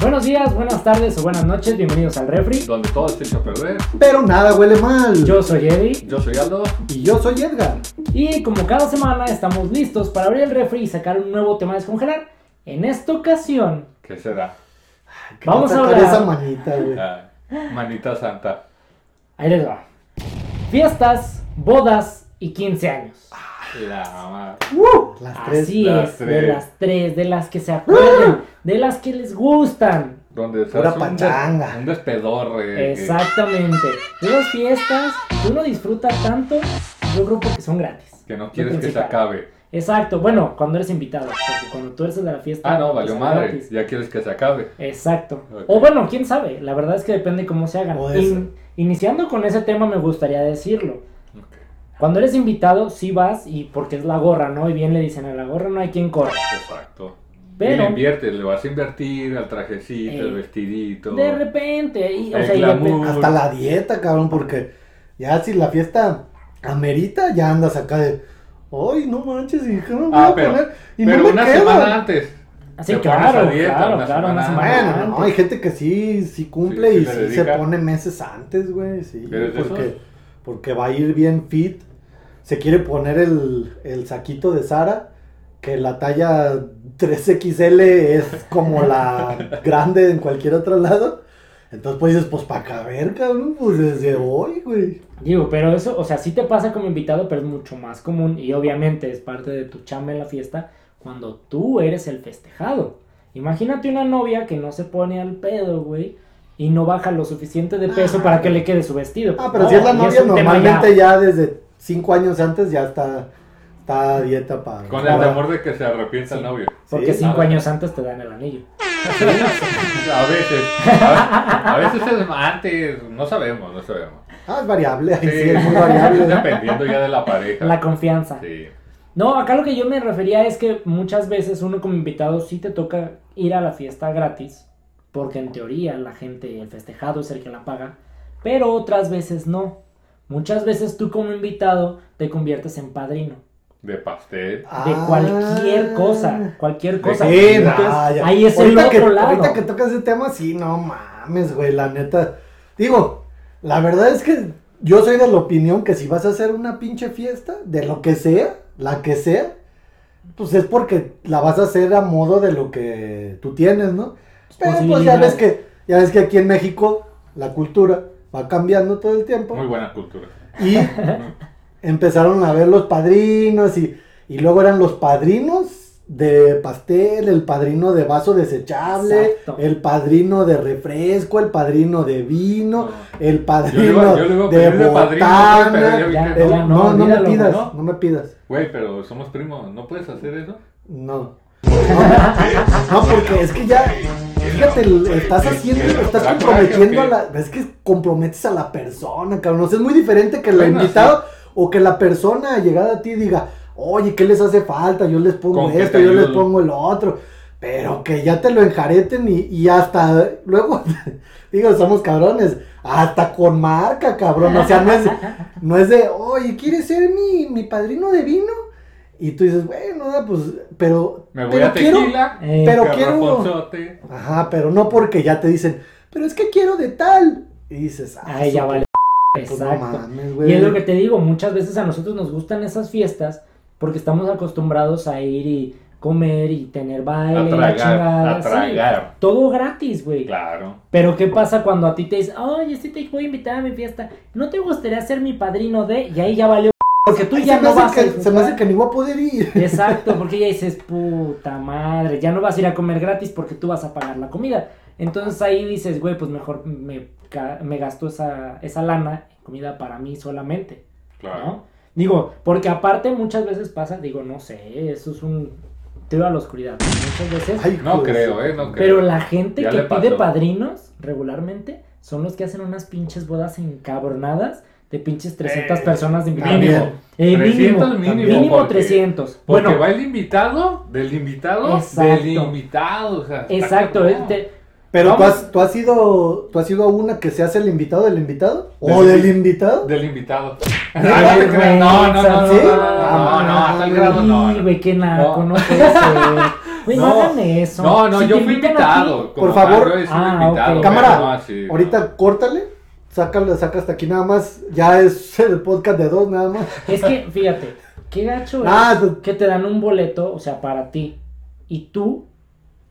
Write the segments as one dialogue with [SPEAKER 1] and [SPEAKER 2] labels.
[SPEAKER 1] Buenos días, buenas tardes o buenas noches, bienvenidos al refri.
[SPEAKER 2] donde todo es hecho a perder.
[SPEAKER 3] Pero nada huele mal.
[SPEAKER 1] Yo soy Eddie
[SPEAKER 2] Yo soy Aldo.
[SPEAKER 3] Y yo soy Edgar.
[SPEAKER 1] y como cada semana estamos listos para abrir el refri y sacar un nuevo tema a descongelar. En esta ocasión
[SPEAKER 2] ¿Qué será?
[SPEAKER 1] vamos a
[SPEAKER 3] Sacar
[SPEAKER 1] hablar...
[SPEAKER 3] esa manita, güey.
[SPEAKER 2] Ah, manita santa.
[SPEAKER 1] Ahí les va. Fiestas, bodas y 15 años.
[SPEAKER 2] La mamá.
[SPEAKER 3] Las tres.
[SPEAKER 1] Así
[SPEAKER 2] Ah, las
[SPEAKER 1] es, de
[SPEAKER 2] tres.
[SPEAKER 1] las tres, de las que se acuerdan, de las que les gustan.
[SPEAKER 2] Donde se
[SPEAKER 3] Pura
[SPEAKER 2] hace un,
[SPEAKER 3] pachanga.
[SPEAKER 2] des- un despedorre.
[SPEAKER 1] Exactamente. De las fiestas que uno disfruta tanto, yo creo porque son gratis.
[SPEAKER 2] Que, que no quieres
[SPEAKER 1] Lo
[SPEAKER 2] que se
[SPEAKER 1] principal.
[SPEAKER 2] acabe.
[SPEAKER 1] Exacto, bueno, cuando eres invitado, porque cuando tú eres el de la fiesta.
[SPEAKER 2] Ah, no,
[SPEAKER 1] pues,
[SPEAKER 2] valió
[SPEAKER 1] es
[SPEAKER 2] madre.
[SPEAKER 1] gratis.
[SPEAKER 2] Ya quieres que se acabe.
[SPEAKER 1] Exacto.
[SPEAKER 2] Ok.
[SPEAKER 1] O bueno, quién sabe, la verdad es que depende cómo se hagan.
[SPEAKER 3] Puede
[SPEAKER 1] In- iniciando con ese tema, me gustaría decirlo.
[SPEAKER 2] Ok.
[SPEAKER 1] Cuando eres invitado, sí vas y porque es la gorra, ¿no? Y bien le dicen a la gorra no hay quien corra.
[SPEAKER 2] Exacto.
[SPEAKER 1] Pero-
[SPEAKER 2] Y le inviertes, le vas a invertir al trajecito,
[SPEAKER 1] Eh,
[SPEAKER 2] al vestidito.
[SPEAKER 1] De repente, y, o
[SPEAKER 2] El
[SPEAKER 1] sea, y de-
[SPEAKER 2] glamour.
[SPEAKER 3] Hasta la dieta, cabrón, porque ya si la fiesta amerita, ya andas acá de. Ay, no manches, y que no voy
[SPEAKER 2] Ah,
[SPEAKER 3] a
[SPEAKER 2] pero-
[SPEAKER 3] poner. Y
[SPEAKER 2] Pero
[SPEAKER 3] no me
[SPEAKER 2] una
[SPEAKER 3] queda.
[SPEAKER 2] semana antes.
[SPEAKER 1] Así,
[SPEAKER 2] Te pones
[SPEAKER 1] claro,
[SPEAKER 2] a dieta
[SPEAKER 1] claro,
[SPEAKER 2] una
[SPEAKER 1] claro, una
[SPEAKER 2] semana.
[SPEAKER 1] semana
[SPEAKER 3] Bueno, no,
[SPEAKER 1] antes.
[SPEAKER 3] hay gente que sí, sí cumple
[SPEAKER 2] Sí, sí
[SPEAKER 3] y
[SPEAKER 2] le
[SPEAKER 3] sí se
[SPEAKER 2] dedica.
[SPEAKER 3] pone meses antes, güey. Sí,
[SPEAKER 2] ¿Eres de esos?
[SPEAKER 3] porque, porque va a ir bien fit. Se quiere poner el, el saquito de Sara, que la talla 3XL es como la grande en cualquier otro lado. Entonces, pues dices, pues para caber, cabrón, pues desde hoy, güey.
[SPEAKER 1] Digo, pero eso, o sea, sí te pasa como invitado, pero es mucho más común y obviamente es parte de tu chamba en la fiesta cuando tú eres el festejado. Imagínate una novia que no se pone al pedo, güey, y no baja lo suficiente de peso
[SPEAKER 3] Ah,
[SPEAKER 1] para que le quede su vestido.
[SPEAKER 3] Ah, pero
[SPEAKER 1] No,
[SPEAKER 3] si es la
[SPEAKER 1] y
[SPEAKER 3] novia,
[SPEAKER 1] un tema
[SPEAKER 3] normalmente ya. desde 5 años antes ya está, está a dieta para.
[SPEAKER 2] Con el
[SPEAKER 3] para-
[SPEAKER 2] temor de que se arrepienta el novio.
[SPEAKER 1] Porque
[SPEAKER 3] Sí,
[SPEAKER 1] cinco
[SPEAKER 2] ah.
[SPEAKER 1] años antes te dan el anillo.
[SPEAKER 2] A veces. A, a veces es antes. No sabemos, no sabemos.
[SPEAKER 3] Ah, es variable, ahí
[SPEAKER 2] Sí,
[SPEAKER 3] sí, es muy variable.
[SPEAKER 2] dependiendo ya de la pareja.
[SPEAKER 1] La confianza.
[SPEAKER 2] Sí.
[SPEAKER 1] No, acá lo que yo me refería es que muchas veces uno como invitado sí te toca ir a la fiesta gratis, porque en teoría la gente, el festejado es el que la paga, pero otras veces no. Muchas veces tú como invitado te conviertes en padrino
[SPEAKER 2] De pastel.
[SPEAKER 1] de
[SPEAKER 3] Ah.
[SPEAKER 1] cualquier cosa, cualquier cosa.
[SPEAKER 2] Sí,
[SPEAKER 3] Sí,
[SPEAKER 1] Entonces,
[SPEAKER 3] vaya.
[SPEAKER 1] ahí es el
[SPEAKER 3] Ahorita
[SPEAKER 1] otro
[SPEAKER 3] que,
[SPEAKER 1] lado.
[SPEAKER 3] Ahorita que tocas ese tema, sí, no mames, güey, la neta. Digo, la verdad es que yo soy de la opinión que si vas a hacer una pinche fiesta, de lo que sea, la que sea, pues es porque la vas a hacer a modo de lo que tú tienes, ¿no? Pero pues ya ves que, ya ves que aquí en México la cultura va cambiando todo el tiempo.
[SPEAKER 2] Muy buena cultura.
[SPEAKER 3] Y empezaron a ver los padrinos y, y luego eran los padrinos de pastel, el padrino de vaso desechable,
[SPEAKER 1] Exacto.
[SPEAKER 3] el padrino de refresco, el padrino de vino, el
[SPEAKER 2] Yo le iba,
[SPEAKER 3] padrino
[SPEAKER 2] yo le iba a
[SPEAKER 3] de
[SPEAKER 2] pedir de padrino, güey, pero ya
[SPEAKER 3] botana.
[SPEAKER 2] vi
[SPEAKER 1] Ya,
[SPEAKER 2] que
[SPEAKER 3] el-
[SPEAKER 2] no.
[SPEAKER 1] ya. no,
[SPEAKER 3] no, no me
[SPEAKER 1] olvídalo,
[SPEAKER 3] pidas,
[SPEAKER 2] ¿no?
[SPEAKER 3] no me pidas.
[SPEAKER 2] Güey, pero somos primos, ¿no puedes hacer eso?
[SPEAKER 3] No. No, porque es que ya, fíjate, el- estás haciendo, estás
[SPEAKER 2] Da coraje,
[SPEAKER 3] comprometiendo a
[SPEAKER 2] ok.
[SPEAKER 3] la, es que comprometes a la persona, cabrón, o sea, es muy diferente que la
[SPEAKER 2] Bueno,
[SPEAKER 3] invitado o que la persona llegada a ti diga, oye, ¿qué les hace falta? Yo les pongo
[SPEAKER 2] Con que te
[SPEAKER 3] esto, yo les
[SPEAKER 2] ayudo.
[SPEAKER 3] pongo el otro, pero que ya te lo enjareten y, y hasta, luego, digo, somos cabrones, hasta con marca, cabrón, o sea, no es, no es de, oye, ¿quieres ser mi, mi padrino de vino? Y tú dices, bueno, da, pues, pero...
[SPEAKER 2] Me voy
[SPEAKER 3] pero
[SPEAKER 2] a
[SPEAKER 3] quiero-
[SPEAKER 2] tequila,
[SPEAKER 1] Eh,
[SPEAKER 3] pero quiero-
[SPEAKER 2] garrafonzote.
[SPEAKER 3] Ajá, pero no porque ya te dicen, pero es que quiero de tal. Y dices, ah,
[SPEAKER 1] Ay, ya
[SPEAKER 3] su
[SPEAKER 1] vale.
[SPEAKER 3] p- pues, no
[SPEAKER 1] Exacto.
[SPEAKER 3] mames,
[SPEAKER 1] Y
[SPEAKER 3] güey.
[SPEAKER 1] es lo que te digo, muchas veces a nosotros nos gustan esas fiestas porque estamos acostumbrados a ir y comer y tener baile,
[SPEAKER 2] A
[SPEAKER 1] y la
[SPEAKER 2] tragar,
[SPEAKER 1] chingada,
[SPEAKER 2] a
[SPEAKER 1] sí.
[SPEAKER 2] tragar.
[SPEAKER 1] Todo gratis, güey.
[SPEAKER 2] Claro.
[SPEAKER 1] Pero ¿qué pasa cuando a ti te dicen, oye, sí te voy a invitar a mi fiesta? ¿No te gustaría ser mi padrino de? Y ahí ya valió. Porque tú
[SPEAKER 3] Ay,
[SPEAKER 1] ya
[SPEAKER 3] se me
[SPEAKER 1] no
[SPEAKER 3] hace
[SPEAKER 1] vas a...
[SPEAKER 3] que- Se me hace
[SPEAKER 1] disfrutar.
[SPEAKER 3] que ni voy a poder ir.
[SPEAKER 1] Exacto, porque ya dices, puta madre, ya no vas a ir a comer gratis porque tú vas a pagar la comida. Entonces ahí dices, güey, pues mejor me, ca- me gasto esa, esa lana en comida para mí solamente.
[SPEAKER 2] Claro.
[SPEAKER 1] ¿no? Digo, porque aparte muchas veces pasa, digo, no sé, eso es un tiro a la oscuridad. Muchas veces.
[SPEAKER 3] Ay,
[SPEAKER 2] No,
[SPEAKER 3] pues,
[SPEAKER 2] creo, ¿eh? No creo.
[SPEAKER 1] pero la gente
[SPEAKER 2] Ya
[SPEAKER 1] que
[SPEAKER 2] le
[SPEAKER 1] pide
[SPEAKER 2] pasó.
[SPEAKER 1] padrinos regularmente son los que hacen unas pinches bodas encabronadas de pinches 300
[SPEAKER 2] Eh,
[SPEAKER 1] personas de invitados.
[SPEAKER 2] Mínimo.
[SPEAKER 1] Eh,
[SPEAKER 2] 300
[SPEAKER 1] mínimo,
[SPEAKER 2] mínimo,
[SPEAKER 1] mínimo
[SPEAKER 2] porque-
[SPEAKER 1] 300.
[SPEAKER 2] Porque
[SPEAKER 1] bueno,
[SPEAKER 2] va el invitado, del invitado,
[SPEAKER 1] Exacto.
[SPEAKER 2] del invitado. o sea, está
[SPEAKER 1] exacto.
[SPEAKER 2] cabrón.
[SPEAKER 1] este-
[SPEAKER 3] Pero ¿tú
[SPEAKER 2] Vamos.
[SPEAKER 3] has, tú has ido, tú has ido a una que se hace el invitado del invitado o
[SPEAKER 2] Del-
[SPEAKER 3] del invitado.
[SPEAKER 2] Del invitado.
[SPEAKER 1] Qué vergüenza,
[SPEAKER 2] No, no, no, no, no,
[SPEAKER 1] ¿sí?
[SPEAKER 2] no, no, no, hasta el grado no.
[SPEAKER 1] Ay, güey, qué naco,
[SPEAKER 2] No.
[SPEAKER 1] no puede ser. Güey, no,
[SPEAKER 2] No.
[SPEAKER 1] hagan eso.
[SPEAKER 2] No, no,
[SPEAKER 1] Si
[SPEAKER 2] yo
[SPEAKER 1] te
[SPEAKER 2] fui
[SPEAKER 1] invitan a ti-
[SPEAKER 2] invitado.
[SPEAKER 3] por favor.
[SPEAKER 2] Mario es un
[SPEAKER 1] Ah,
[SPEAKER 2] invitado,
[SPEAKER 1] ok.
[SPEAKER 3] Cámara,
[SPEAKER 2] pero no así, no.
[SPEAKER 3] Ahorita córtale, sácala, saca hasta aquí nada más. Ya es el podcast de dos nada más.
[SPEAKER 1] Es que, fíjate, qué gacho
[SPEAKER 3] Ah,
[SPEAKER 1] es que te dan un boleto, o sea, para ti, y tú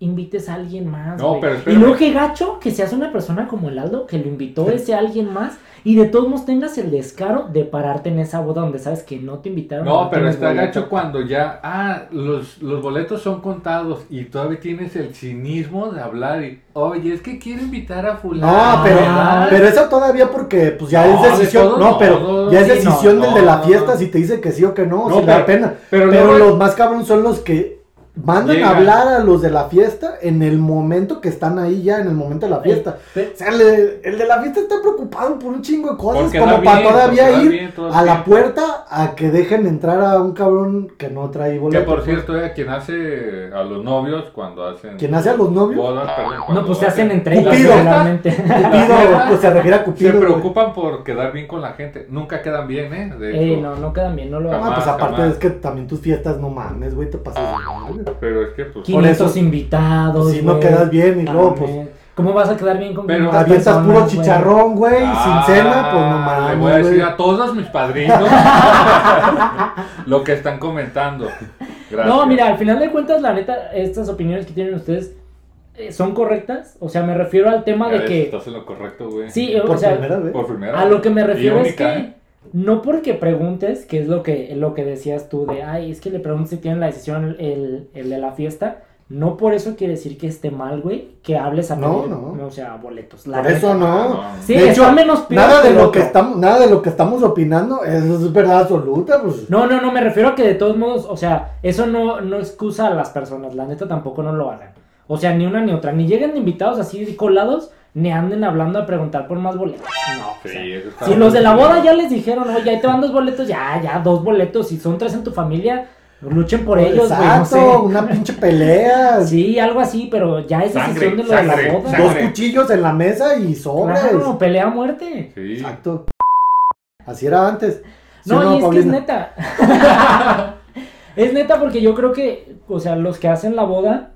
[SPEAKER 1] invites a alguien más.
[SPEAKER 2] No,
[SPEAKER 1] güey.
[SPEAKER 2] pero
[SPEAKER 1] y
[SPEAKER 2] espérame.
[SPEAKER 1] luego qué gacho que seas una persona como el Aldo que lo invitó ese alguien más y de todos modos tengas el descaro de pararte en esa boda donde sabes que no te invitaron.
[SPEAKER 2] No, pero
[SPEAKER 1] tienes
[SPEAKER 2] está
[SPEAKER 1] boleto.
[SPEAKER 2] gacho cuando ya. Ah, los, los boletos son contados y todavía tienes el cinismo de hablar y. Oye, es que quiero invitar a Fulano. Ah,
[SPEAKER 3] No, pero,
[SPEAKER 2] ¿verdad?"
[SPEAKER 3] pero eso todavía porque pues ya
[SPEAKER 2] No, de
[SPEAKER 3] es decisión.
[SPEAKER 2] todos
[SPEAKER 3] No,
[SPEAKER 2] modos,
[SPEAKER 3] pero ya es
[SPEAKER 1] sí, no,
[SPEAKER 3] decisión del
[SPEAKER 2] no,
[SPEAKER 3] de la
[SPEAKER 2] no,
[SPEAKER 3] fiesta
[SPEAKER 2] no.
[SPEAKER 3] si te dice que sí o que no,
[SPEAKER 2] No,
[SPEAKER 3] si le da pena.
[SPEAKER 2] pero
[SPEAKER 3] Pero,
[SPEAKER 2] luego-
[SPEAKER 3] los más cabrones son los que mandan
[SPEAKER 2] Llegan.
[SPEAKER 3] a hablar a los de la fiesta en el momento que están ahí ya, en el momento de la fiesta.
[SPEAKER 1] Pe-
[SPEAKER 3] O sea, el, de- el de la fiesta está preocupado por un chingo de cosas,
[SPEAKER 2] Porque
[SPEAKER 3] como
[SPEAKER 2] da
[SPEAKER 3] para
[SPEAKER 2] bien, porque
[SPEAKER 3] todavía
[SPEAKER 2] da
[SPEAKER 3] ir
[SPEAKER 2] bien, todo
[SPEAKER 3] a la
[SPEAKER 2] bien.
[SPEAKER 3] puerta a que dejen entrar a un cabrón que no trae
[SPEAKER 2] Que
[SPEAKER 3] boleto. pues.
[SPEAKER 2] por cierto, eh, quien hace a los novios cuando hacen.
[SPEAKER 3] Quien hace a los novios,
[SPEAKER 2] bodas, perdón, cuando
[SPEAKER 1] No, pues se hacen entre
[SPEAKER 3] Cupido.
[SPEAKER 1] ellos, realmente.
[SPEAKER 3] Cupido,
[SPEAKER 2] neta,
[SPEAKER 3] pues se refiere a Cupido.
[SPEAKER 2] Se
[SPEAKER 3] güey.
[SPEAKER 2] preocupan por quedar bien con la gente. Nunca quedan bien, ¿eh? De
[SPEAKER 1] Ey,
[SPEAKER 2] hecho.
[SPEAKER 1] no, no quedan bien, no lo
[SPEAKER 2] Jamás.
[SPEAKER 3] Ah, pues aparte
[SPEAKER 2] jamás.
[SPEAKER 3] es que también tus fiestas no mames, güey, te pasas de madre.
[SPEAKER 2] Pero es que, pues.
[SPEAKER 3] Por eso, pues,
[SPEAKER 1] 500 invitados.
[SPEAKER 3] si no
[SPEAKER 1] güey,
[SPEAKER 3] quedas bien y luego, pues-
[SPEAKER 1] también. ¿Cómo vas a quedar bien con
[SPEAKER 2] Pero-
[SPEAKER 1] 500
[SPEAKER 3] Avientas
[SPEAKER 1] personas,
[SPEAKER 3] puro
[SPEAKER 1] güey?
[SPEAKER 3] chicharrón, güey,
[SPEAKER 2] ah,
[SPEAKER 3] sin cena, pues no
[SPEAKER 2] Le voy a
[SPEAKER 3] mames,
[SPEAKER 2] decir
[SPEAKER 3] güey.
[SPEAKER 2] a todos mis padrinos lo que están comentando. Gracias.
[SPEAKER 1] No, mira, al final de cuentas, la neta, estas opiniones que tienen ustedes eh, son correctas. O sea, me refiero al tema
[SPEAKER 2] Ya
[SPEAKER 1] de
[SPEAKER 2] ves,
[SPEAKER 1] que.
[SPEAKER 2] Estás en lo correcto, güey.
[SPEAKER 1] Sí, o
[SPEAKER 3] Por
[SPEAKER 1] sea,
[SPEAKER 3] primera vez.
[SPEAKER 2] Por primera
[SPEAKER 1] a
[SPEAKER 2] vez.
[SPEAKER 1] lo que me
[SPEAKER 2] Y
[SPEAKER 1] refiero es
[SPEAKER 2] única,
[SPEAKER 1] que.
[SPEAKER 2] ¿eh?
[SPEAKER 1] No porque preguntes, que es lo que, lo que decías tú, de ay, es que le pregunto si tienen la decisión el, el de la fiesta. No por eso quiere decir que esté mal, güey, que hables a
[SPEAKER 3] No,
[SPEAKER 1] pedir,
[SPEAKER 3] no.
[SPEAKER 1] O sea, boletos. la
[SPEAKER 3] Por eso
[SPEAKER 1] neta.
[SPEAKER 3] no.
[SPEAKER 2] no.
[SPEAKER 1] Sí,
[SPEAKER 3] De
[SPEAKER 1] está
[SPEAKER 3] hecho,
[SPEAKER 1] menos peor
[SPEAKER 3] Nada de
[SPEAKER 1] el
[SPEAKER 3] lo
[SPEAKER 1] otro.
[SPEAKER 3] que estamos, nada de lo que estamos opinando es verdad absoluta, pues.
[SPEAKER 1] No, no, no, me refiero a que de todos modos, o sea, eso no, no excusa a las personas, la neta tampoco no lo hagan. O sea, ni una ni otra, ni lleguen invitados así colados, ni anden hablando a preguntar por más boletos. No, o
[SPEAKER 2] Sí,
[SPEAKER 1] sea,
[SPEAKER 2] eso está
[SPEAKER 1] si los de la
[SPEAKER 2] bien.
[SPEAKER 1] boda ya les dijeron, oye, ahí te van dos boletos, ya, ya, dos boletos, si son tres en tu familia, luchen por ellos, güey, no
[SPEAKER 3] Exacto,
[SPEAKER 1] sé.
[SPEAKER 3] una pinche pelea.
[SPEAKER 1] Sí, algo así, pero ya es
[SPEAKER 2] Sangre,
[SPEAKER 1] decisión de lo de
[SPEAKER 2] sangre,
[SPEAKER 1] la boda.
[SPEAKER 2] sangre.
[SPEAKER 3] Dos cuchillos en la mesa y sobres.
[SPEAKER 1] Claro, pelea a muerte.
[SPEAKER 2] Sí.
[SPEAKER 3] Exacto. Así era antes. ¿Sí
[SPEAKER 1] No,
[SPEAKER 3] o
[SPEAKER 1] y es que es
[SPEAKER 3] Paulina?
[SPEAKER 1] neta. es neta porque yo creo que, o sea, los que hacen la boda,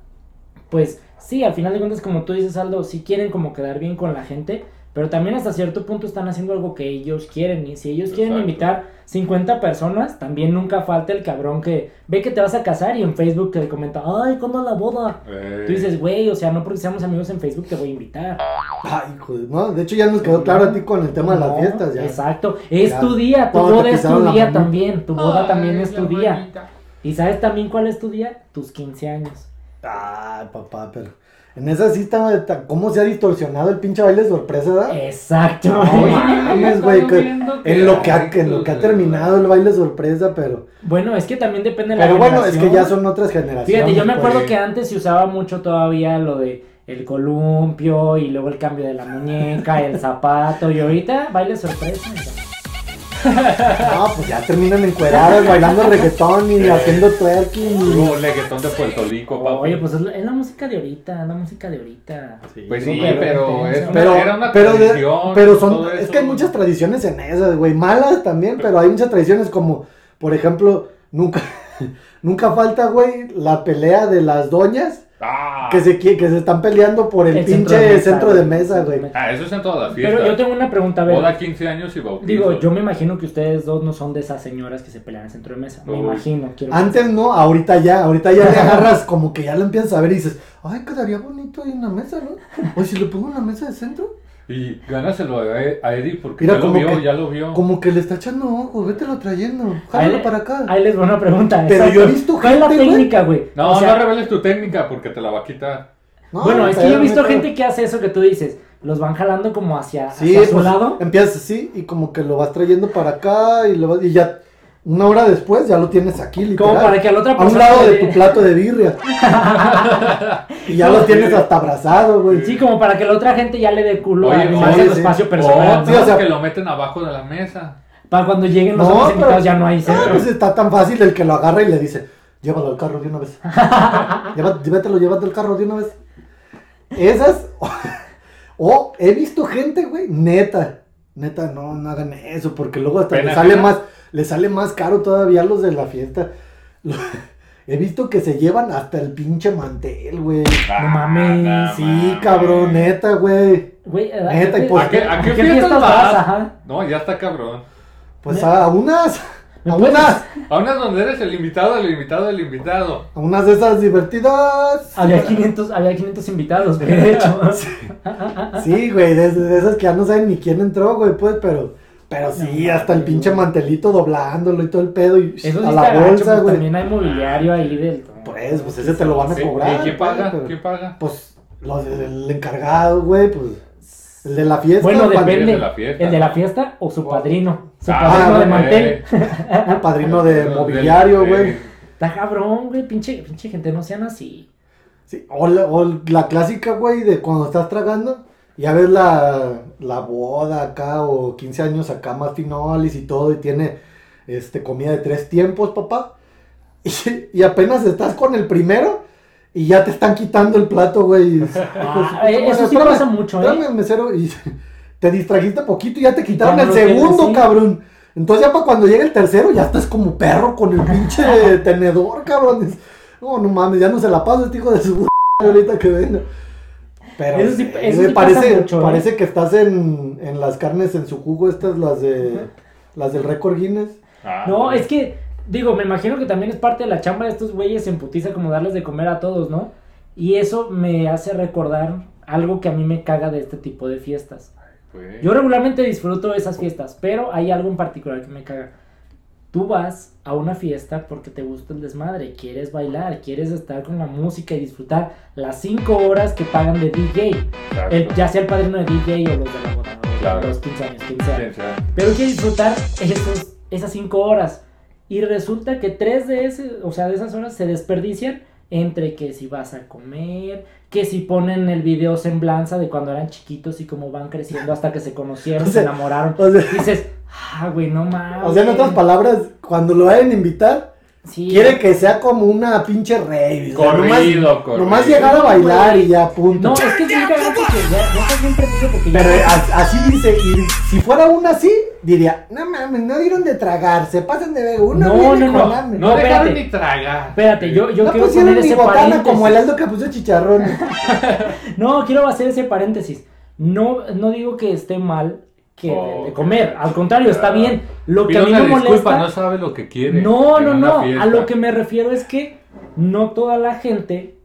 [SPEAKER 1] pues sí, al final de cuentas, como tú dices, Aldo, sí quieren como quedar bien con la gente, pero también hasta cierto punto están haciendo algo que ellos quieren. Y si ellos quieren
[SPEAKER 2] Exacto.
[SPEAKER 1] invitar 50 personas, también nunca falta el cabrón que ve que te vas a casar y en Facebook te comenta, ay, ¿cuándo es la boda?
[SPEAKER 2] Eh,
[SPEAKER 1] Tú dices, güey, o sea, no porque seamos amigos en Facebook te voy a invitar.
[SPEAKER 3] Ay, hijo de- no, de hecho ya nos quedó claro a ti con el tema de
[SPEAKER 1] No,
[SPEAKER 3] las fiestas ya.
[SPEAKER 1] Exacto. Es
[SPEAKER 3] Ya.
[SPEAKER 1] tu día, tu
[SPEAKER 3] Todos te
[SPEAKER 1] boda es tu
[SPEAKER 3] pisaron la
[SPEAKER 1] día
[SPEAKER 3] mamá.
[SPEAKER 1] también. Tu boda también
[SPEAKER 2] ay,
[SPEAKER 1] es tu
[SPEAKER 2] la
[SPEAKER 1] día.
[SPEAKER 2] bonita.
[SPEAKER 1] ¿Y sabes también cuál es tu día? Tus 15 años.
[SPEAKER 3] Ay, papá, pero en esa sí estaba ta- cómo se ha distorsionado el pinche baile de sorpresa,
[SPEAKER 1] Eh,
[SPEAKER 3] ¿verdad?
[SPEAKER 1] Exacto.
[SPEAKER 3] No,
[SPEAKER 1] güey.
[SPEAKER 3] mames, güey, que- en lo que ha, en lo que ha terminado el baile de sorpresa, pero
[SPEAKER 1] Bueno, es que también depende de la
[SPEAKER 3] pero bueno, es
[SPEAKER 1] generación.
[SPEAKER 3] que ya son otras generaciones.
[SPEAKER 1] Fíjate, yo me
[SPEAKER 3] pues.
[SPEAKER 1] acuerdo que antes se usaba mucho todavía lo de el columpio y luego el cambio de la muñeca, el zapato y ahorita baile sorpresa.
[SPEAKER 3] No, pues ya terminan encueradas bailando reggaetón
[SPEAKER 2] Eh.
[SPEAKER 3] y haciendo twerking. y-
[SPEAKER 2] Un reggaetón de Puerto Rico, Oh, papi.
[SPEAKER 1] Oye, pues es la, es la música de ahorita, es la música de ahorita.
[SPEAKER 2] Pues
[SPEAKER 1] no,
[SPEAKER 2] sí,
[SPEAKER 1] pero-
[SPEAKER 2] pero, es una-
[SPEAKER 3] Pero,
[SPEAKER 2] era una
[SPEAKER 3] pero, de-
[SPEAKER 2] tradición.
[SPEAKER 3] pero son,
[SPEAKER 2] todo
[SPEAKER 3] es
[SPEAKER 2] eso.
[SPEAKER 3] que hay muchas tradiciones en esas, güey, malas también, pero hay muchas tradiciones como, por ejemplo, nunca, nunca falta, güey, la pelea de las doñas
[SPEAKER 2] Ah,
[SPEAKER 3] que se, qui- que se están peleando por el,
[SPEAKER 1] centro
[SPEAKER 3] pinche
[SPEAKER 1] de mesa,
[SPEAKER 3] centro de
[SPEAKER 1] güey.
[SPEAKER 3] mesa, güey.
[SPEAKER 2] ah, eso es en todas las fiestas.
[SPEAKER 1] Pero yo tengo una pregunta, a ver.
[SPEAKER 2] Boda 15 años y bautizo.
[SPEAKER 1] Digo, yo me imagino que ustedes dos no son de esas señoras que se pelean en centro de mesa. Me
[SPEAKER 2] Uy.
[SPEAKER 1] imagino. Quiero
[SPEAKER 3] Antes no, ahorita ya, ahorita ya le agarras como que ya la empiezas a ver y dices, ay, quedaría bonito ahí en la mesa, ¿no? Oye, si le pongo en la mesa de centro,
[SPEAKER 2] Y gánaselo a E- a Eddie porque ya
[SPEAKER 3] Mira,
[SPEAKER 2] lo
[SPEAKER 3] como
[SPEAKER 2] vio,
[SPEAKER 3] que-
[SPEAKER 2] ya lo vio.
[SPEAKER 3] como que le está echando ojos, vételo trayendo, jálalo
[SPEAKER 1] Ahí-
[SPEAKER 3] para acá.
[SPEAKER 1] Ahí les va una pregunta.
[SPEAKER 3] Pero
[SPEAKER 1] exacto.
[SPEAKER 3] yo he visto
[SPEAKER 1] ¿Cuál es la
[SPEAKER 3] gente, güey?
[SPEAKER 1] técnica, güey?
[SPEAKER 2] No,
[SPEAKER 1] O sea,
[SPEAKER 2] no reveles tu técnica porque te la va a quitar.
[SPEAKER 3] No,
[SPEAKER 1] bueno, es que yo he
[SPEAKER 3] pero
[SPEAKER 1] visto
[SPEAKER 3] neta.
[SPEAKER 1] gente que hace eso que tú dices. Los van jalando como hacia,
[SPEAKER 3] Sí,
[SPEAKER 1] hacia su
[SPEAKER 3] pues,
[SPEAKER 1] lado.
[SPEAKER 3] empiezas así y como que lo vas trayendo para acá y, lo vas- y ya una hora después ya lo tienes aquí, literal.
[SPEAKER 1] Como para que a la otra
[SPEAKER 3] A un
[SPEAKER 1] persona.
[SPEAKER 3] lado de
[SPEAKER 1] le-
[SPEAKER 3] tu plato de birria. y ya lo tienes hasta abrazado, güey.
[SPEAKER 1] Sí, como para que la otra gente ya le dé culo
[SPEAKER 2] Oye, Oh,
[SPEAKER 1] a
[SPEAKER 2] no,
[SPEAKER 1] más
[SPEAKER 3] sí,
[SPEAKER 1] en su
[SPEAKER 3] sí.
[SPEAKER 1] espacio
[SPEAKER 2] O
[SPEAKER 1] personal.
[SPEAKER 2] otros
[SPEAKER 1] ¿no?
[SPEAKER 3] Sí, o sea-
[SPEAKER 2] que lo meten abajo de la mesa.
[SPEAKER 1] Para cuando lleguen los
[SPEAKER 3] No,
[SPEAKER 1] otros
[SPEAKER 3] pero-
[SPEAKER 1] invitados ya no hay
[SPEAKER 3] Ah,
[SPEAKER 1] centro.
[SPEAKER 3] pues está tan fácil el que lo agarra y le dice, llévalo al carro de una vez. Lleva- llévatelo, llévate al carro de una vez. Esas, o he visto gente, güey, neta, neta, no, no hagan eso, porque luego hasta le
[SPEAKER 2] Pena
[SPEAKER 3] sale
[SPEAKER 2] ajena.
[SPEAKER 3] más, le sale más caro todavía a los de la fiesta. Lo- He visto que se llevan hasta el pinche mantel, güey.
[SPEAKER 1] Ah, No mames,
[SPEAKER 3] Sí, cabrón, neta, güey.
[SPEAKER 1] Güey, ¿a,
[SPEAKER 3] Neta,
[SPEAKER 1] qué,
[SPEAKER 3] y pues-
[SPEAKER 1] fie-
[SPEAKER 2] ¿A qué- a qué fiestas vas?
[SPEAKER 1] Ajá.
[SPEAKER 2] No, ya está cabrón.
[SPEAKER 3] Pues a unas,
[SPEAKER 1] ¿Me
[SPEAKER 3] a
[SPEAKER 1] puedes-
[SPEAKER 3] unas,
[SPEAKER 2] A unas donde eres el invitado, el invitado, el invitado.
[SPEAKER 3] a unas de esas divertidas.
[SPEAKER 1] Había 500, había 500 invitados, güey, de hecho.
[SPEAKER 3] Sí, güey, de, de esas que ya no saben ni quién entró, güey, pues, pero. Pero sí,
[SPEAKER 1] No,
[SPEAKER 3] hasta el
[SPEAKER 1] güey.
[SPEAKER 3] pinche mantelito doblándolo y todo el pedo y
[SPEAKER 1] Eso sí
[SPEAKER 3] a
[SPEAKER 1] está
[SPEAKER 3] la
[SPEAKER 1] gacho,
[SPEAKER 3] bolsa,
[SPEAKER 1] pues,
[SPEAKER 3] güey.
[SPEAKER 1] también hay mobiliario ahí del...
[SPEAKER 3] Pues, pues ese te lo van a
[SPEAKER 2] Sí,
[SPEAKER 3] cobrar.
[SPEAKER 2] ¿Y quién paga?
[SPEAKER 3] güey, pero-
[SPEAKER 2] ¿Quién paga?
[SPEAKER 3] Pues los del encargado, güey, pues. El de la fiesta.
[SPEAKER 1] Bueno,
[SPEAKER 3] el,
[SPEAKER 1] depende.
[SPEAKER 2] El de
[SPEAKER 1] El
[SPEAKER 2] la fiesta.
[SPEAKER 1] de la fiesta o su padrino. Su
[SPEAKER 2] Ah,
[SPEAKER 1] padrino de
[SPEAKER 3] güey.
[SPEAKER 1] mantel.
[SPEAKER 3] padrino- el padrino de
[SPEAKER 2] Del-
[SPEAKER 3] mobiliario,
[SPEAKER 2] del-
[SPEAKER 3] güey.
[SPEAKER 1] Está cabrón, güey. Pinche, pinche gente, no sean así.
[SPEAKER 3] Sí, o, la, o la clásica, güey, de cuando estás tragando, ya ves la, la boda acá o 15 años acá, más finolis y todo, y tiene este, comida de tres tiempos, papá. Y, y apenas estás con el primero y ya te están quitando el plato, güey. Y-
[SPEAKER 1] Ah,
[SPEAKER 3] pues,
[SPEAKER 1] eh, eso sí
[SPEAKER 3] espérame,
[SPEAKER 1] pasa mucho, ¿eh?
[SPEAKER 3] espérame, mesero, y te distrajiste poquito y ya te quitaron
[SPEAKER 1] Ya no
[SPEAKER 3] el
[SPEAKER 1] lo tienes,
[SPEAKER 3] segundo,
[SPEAKER 1] sí.
[SPEAKER 3] cabrón. Entonces ya para cuando llega el tercero ya estás como perro con el pinche tenedor, cabrón. Es- oh, No, no mames, ya no se la pasa este hijo de su ahorita que venga. Pero
[SPEAKER 1] Eso sí-
[SPEAKER 3] sí,
[SPEAKER 1] eso
[SPEAKER 3] güey,
[SPEAKER 1] sí pasa
[SPEAKER 3] parece,
[SPEAKER 1] mucho, ¿eh?
[SPEAKER 3] parece que estás en, en las carnes en su jugo, estas las de las del récord Guinness.
[SPEAKER 2] Ah,
[SPEAKER 1] No,
[SPEAKER 2] güey.
[SPEAKER 1] es que, digo, me imagino que también es parte de la chamba de estos güeyes en putiza como darles de comer a todos, ¿no? Y eso me hace recordar algo que a mí me caga de este tipo de fiestas.
[SPEAKER 2] Güey.
[SPEAKER 1] Yo regularmente disfruto esas fiestas, pero hay algo en particular que me caga. Tú vas a una fiesta porque te gusta el desmadre, quieres bailar, quieres estar con la música y disfrutar las 5 horas que pagan de DJ.
[SPEAKER 2] Exacto.
[SPEAKER 1] El- ya sea el padrino de DJ o los de la boda, ¿no?
[SPEAKER 2] Claro.
[SPEAKER 1] los 15 años, 15 años.
[SPEAKER 2] Sí, sí.
[SPEAKER 1] Pero hay que disfrutar esos- esas cinco horas. Y resulta que tres de ese, o sea, de esas horas se desperdician entre que si vas a comer, que si ponen el video semblanza de cuando eran chiquitos y cómo van creciendo hasta que se conocieron,
[SPEAKER 3] O sea,
[SPEAKER 1] se enamoraron.
[SPEAKER 3] O sea,
[SPEAKER 1] Y dices, ah, güey, no mames.
[SPEAKER 3] o sea, en otras palabras, cuando lo vayan a invitar,
[SPEAKER 1] Sí.
[SPEAKER 3] quiere que sea como una pinche rave. o sea, nomás-
[SPEAKER 2] Corrido, corrido.
[SPEAKER 3] Nomás llegar a bailar y ya, punto.
[SPEAKER 1] No, es que es bien cagante que ya, ya estás bien preciso porque ya-
[SPEAKER 3] Pero a- así dice, y si fuera una así, diría, no mames, no dieron de tragar, se pasan de ver, uno
[SPEAKER 1] No,
[SPEAKER 3] viene
[SPEAKER 1] no,
[SPEAKER 3] con
[SPEAKER 1] no,
[SPEAKER 3] hambre".
[SPEAKER 2] No,
[SPEAKER 1] No,
[SPEAKER 2] dejaron
[SPEAKER 1] espérate.
[SPEAKER 2] ni tragar.
[SPEAKER 1] Espérate, yo, yo
[SPEAKER 3] No
[SPEAKER 1] quiero poner
[SPEAKER 3] pusieron ni
[SPEAKER 1] ese
[SPEAKER 3] botana
[SPEAKER 1] paréntesis.
[SPEAKER 3] como el Aldo que puso chicharrón.
[SPEAKER 1] No, quiero hacer ese paréntesis. No, no digo que esté mal que
[SPEAKER 2] Oh,
[SPEAKER 1] de comer.
[SPEAKER 2] qué
[SPEAKER 1] Al contrario, está
[SPEAKER 2] chingada.
[SPEAKER 1] bien. Lo que
[SPEAKER 2] Pide
[SPEAKER 1] a mí
[SPEAKER 2] Ah. una
[SPEAKER 1] me
[SPEAKER 2] disculpa, no
[SPEAKER 1] molesta.
[SPEAKER 2] sabe lo que quiere.
[SPEAKER 1] No,
[SPEAKER 2] en
[SPEAKER 1] no,
[SPEAKER 2] una
[SPEAKER 1] no. A
[SPEAKER 2] fiesta.
[SPEAKER 1] lo que me refiero es que no toda la gente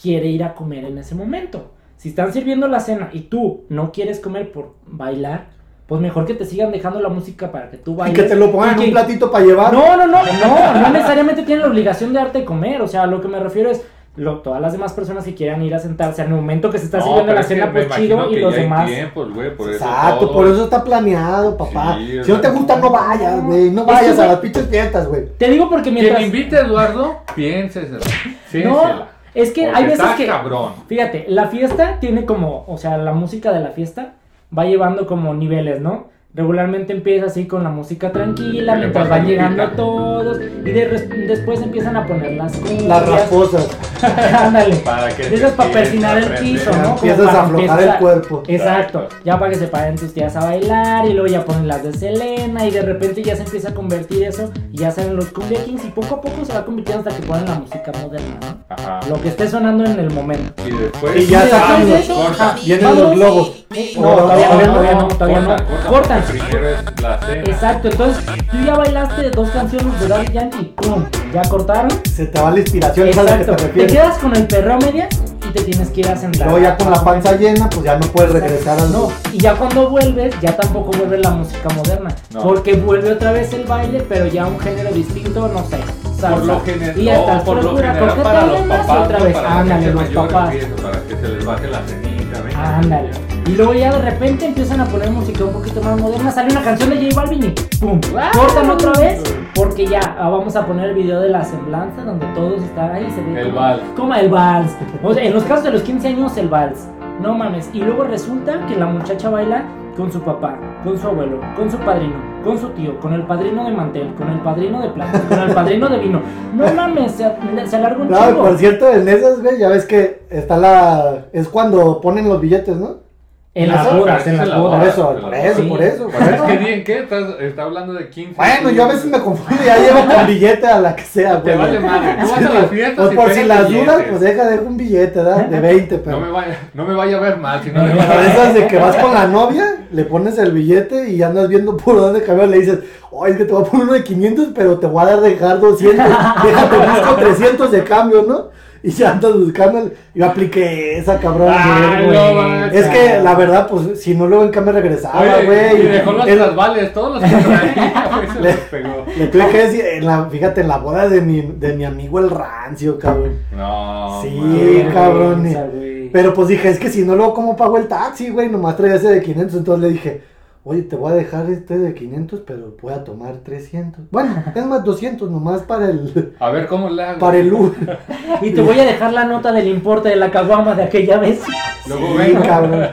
[SPEAKER 1] quiere ir a comer en ese momento. Si están sirviendo la cena y tú no quieres comer por bailar, pues mejor que te sigan dejando la música para que tú
[SPEAKER 3] y
[SPEAKER 1] bailes.
[SPEAKER 3] que te lo pongan en
[SPEAKER 1] Y
[SPEAKER 3] un
[SPEAKER 1] que-
[SPEAKER 3] platito para llevar.
[SPEAKER 1] no, no, no, no, no necesariamente tienen la obligación de darte comer, o sea, lo que me refiero es lo- todas las demás personas que quieran ir a sentarse en el momento que se está
[SPEAKER 2] No,
[SPEAKER 1] sirviendo
[SPEAKER 2] pero
[SPEAKER 1] la
[SPEAKER 2] es que
[SPEAKER 1] cena,
[SPEAKER 2] me
[SPEAKER 1] pues
[SPEAKER 2] imagino
[SPEAKER 1] chido, y
[SPEAKER 2] que
[SPEAKER 1] los
[SPEAKER 2] ya hay
[SPEAKER 1] demás.
[SPEAKER 2] tiempos, güey, por eso
[SPEAKER 3] Exacto,
[SPEAKER 2] todo. eh.
[SPEAKER 3] por eso está planeado, papá.
[SPEAKER 2] Sí,
[SPEAKER 3] si no te
[SPEAKER 2] exacto.
[SPEAKER 3] gusta, no vayas, güey. No
[SPEAKER 1] Es que,
[SPEAKER 3] vayas a
[SPEAKER 1] güey-
[SPEAKER 3] las pinches fiestas, güey.
[SPEAKER 1] Te digo porque
[SPEAKER 2] Quien
[SPEAKER 1] mientras.
[SPEAKER 2] invite a Eduardo, piénsesela.
[SPEAKER 1] No,
[SPEAKER 2] piénsela.
[SPEAKER 1] es que
[SPEAKER 2] Porque
[SPEAKER 1] hay veces
[SPEAKER 2] está
[SPEAKER 1] que.
[SPEAKER 2] cabrón.
[SPEAKER 1] Fíjate, la fiesta tiene como, o sea, la música de la fiesta va llevando como niveles, ¿no? Regularmente empieza así con la música tranquila,
[SPEAKER 2] Mm, Le
[SPEAKER 1] mientras
[SPEAKER 2] pasa
[SPEAKER 1] van llegando
[SPEAKER 2] Lupita.
[SPEAKER 1] todos, y de res- después empiezan a poner las cumbias.
[SPEAKER 3] Las rasposas.
[SPEAKER 1] Ándale.
[SPEAKER 2] Para que
[SPEAKER 1] De esas
[SPEAKER 2] te
[SPEAKER 1] para persinar el
[SPEAKER 2] aprender.
[SPEAKER 1] piso, ¿no? Como
[SPEAKER 3] Empiezas
[SPEAKER 1] para
[SPEAKER 3] a aflojar
[SPEAKER 1] empezar.
[SPEAKER 3] el cuerpo.
[SPEAKER 1] Exacto. Ya para que se paren tus tías a bailar y luego ya ponen las de Selena y de repente ya se empieza a convertir eso y ya salen los cumbia kings y poco a poco se va convirtiendo hasta que ponen la música moderna, ¿no?
[SPEAKER 2] Ajá.
[SPEAKER 1] Lo que esté sonando en el momento.
[SPEAKER 2] Y después.
[SPEAKER 3] Y ya
[SPEAKER 1] sacamos
[SPEAKER 2] Vamos,
[SPEAKER 1] eso,
[SPEAKER 2] corta.
[SPEAKER 3] Vienen los globos.
[SPEAKER 1] Eh,
[SPEAKER 3] No, todavía no,
[SPEAKER 1] todavía no.
[SPEAKER 2] corta,
[SPEAKER 1] Cortan.
[SPEAKER 2] porque Primero es la cena.
[SPEAKER 1] Exacto, entonces tú ya bailaste dos canciones de Daddy Yankee, pum, ya cortaron.
[SPEAKER 3] Se te va la inspiración, ¿sabes a lo
[SPEAKER 1] Exacto,
[SPEAKER 3] que te
[SPEAKER 1] te
[SPEAKER 3] refieres?
[SPEAKER 1] quedas con el perro a medias y te tienes que ir a sentar.
[SPEAKER 3] Luego ya con la panza llena, pues ya no puedes regresar al.
[SPEAKER 1] Ah, No, y ya cuando vuelves, ya tampoco vuelve la música moderna.
[SPEAKER 2] No.
[SPEAKER 1] Porque vuelve otra vez el baile, pero ya un género distinto, no sé.
[SPEAKER 2] Por
[SPEAKER 1] salsa.
[SPEAKER 2] lo general,
[SPEAKER 1] Y ya está,
[SPEAKER 2] no, por lo
[SPEAKER 1] frescura,
[SPEAKER 2] general
[SPEAKER 1] ¿por qué
[SPEAKER 2] para
[SPEAKER 1] te
[SPEAKER 2] los
[SPEAKER 1] bailas
[SPEAKER 2] papás,
[SPEAKER 1] otra
[SPEAKER 2] ¿no?
[SPEAKER 1] vez?
[SPEAKER 2] para la
[SPEAKER 1] Ándale,
[SPEAKER 2] gente
[SPEAKER 1] los
[SPEAKER 2] mayor,
[SPEAKER 1] papás.
[SPEAKER 2] bien, para que se les baje la cenita, ven.
[SPEAKER 1] Ándale. Y luego ya de repente empiezan a poner música un poquito más moderna. Sale una canción de J Balvin y ¡pum! Cortan otra vez. Porque ya ah, vamos a poner el video de la semblanza donde todos están ahí. Se ve
[SPEAKER 2] El
[SPEAKER 1] como-
[SPEAKER 2] vals.
[SPEAKER 1] Como el vals. O sea, en los casos de los 15 años, el vals. No mames. Y luego resulta que la muchacha baila con su papá, con su abuelo, con su padrino, con su tío, con el padrino de mantel, con el padrino de plata, con el padrino de vino. No mames, se, se alarga un
[SPEAKER 3] No, pues, y
[SPEAKER 1] chingo.
[SPEAKER 3] por cierto, en esas, güey, ya ves que está la. Es cuando ponen los billetes, ¿no?
[SPEAKER 1] En las
[SPEAKER 3] Eso,
[SPEAKER 1] bodas, en
[SPEAKER 2] pero es
[SPEAKER 1] las
[SPEAKER 2] en la
[SPEAKER 1] bodas.
[SPEAKER 3] Por
[SPEAKER 2] boda.
[SPEAKER 3] eso,
[SPEAKER 2] pero-
[SPEAKER 3] por eso,
[SPEAKER 1] sí.
[SPEAKER 3] por eso.
[SPEAKER 2] Bueno, es
[SPEAKER 3] Bueno,
[SPEAKER 2] que di en qué, estás, está hablando de 15.
[SPEAKER 3] Bueno, yo a veces me confundo y ya llevo con billete a la que sea,
[SPEAKER 2] Te
[SPEAKER 3] güey.
[SPEAKER 2] vale madre. Tú vas a la fiesta.
[SPEAKER 3] Pues
[SPEAKER 2] si
[SPEAKER 3] por
[SPEAKER 2] pegas
[SPEAKER 3] si las
[SPEAKER 2] billetes.
[SPEAKER 3] dudas, pues deja de un billete, ¿verdad? De 20, pero.
[SPEAKER 2] No me vaya, no me vaya a ver mal. Si no me
[SPEAKER 3] Pero
[SPEAKER 2] vaya
[SPEAKER 3] de esas de que vas con la novia, le pones el billete y andas viendo por dónde cambiar, le dices, oye, es que te voy a poner uno de 500, pero te voy a dar dejar 200, déjate busco 300 de cambio, ¿no? Y ya andas buscando, el- yo apliqué esa cabrón.
[SPEAKER 2] Ay,
[SPEAKER 3] Ah, güey.
[SPEAKER 2] Ah, no manches.
[SPEAKER 3] es que la verdad, pues si no, luego en cambio regresaba,
[SPEAKER 2] Oye,
[SPEAKER 3] güey.
[SPEAKER 2] Y dejó los
[SPEAKER 3] El-
[SPEAKER 2] trasvales, todos los que traía, güey, se
[SPEAKER 3] Le-
[SPEAKER 2] los pegó.
[SPEAKER 3] Le tuve que decir, en la, fíjate, en la boda de mi, de mi amigo el rancio, cabrón.
[SPEAKER 2] No.
[SPEAKER 3] Sí,
[SPEAKER 2] mames.
[SPEAKER 1] Qué
[SPEAKER 3] cabrón.
[SPEAKER 1] vergüenza, güey.
[SPEAKER 3] Pero pues dije, es que si no, luego cómo pago el taxi, güey, nomás traía ese de 500, entonces le dije, oye, te voy a dejar este de 500, pero voy a tomar 300. Bueno, es más 200 nomás para el,
[SPEAKER 2] A ver cómo le hago.
[SPEAKER 3] para el Uber.
[SPEAKER 1] Y te voy a dejar la nota del importe de la caguama de aquella vez.
[SPEAKER 2] Luego
[SPEAKER 3] Sí,
[SPEAKER 2] vengo. Ah,
[SPEAKER 3] cabrón.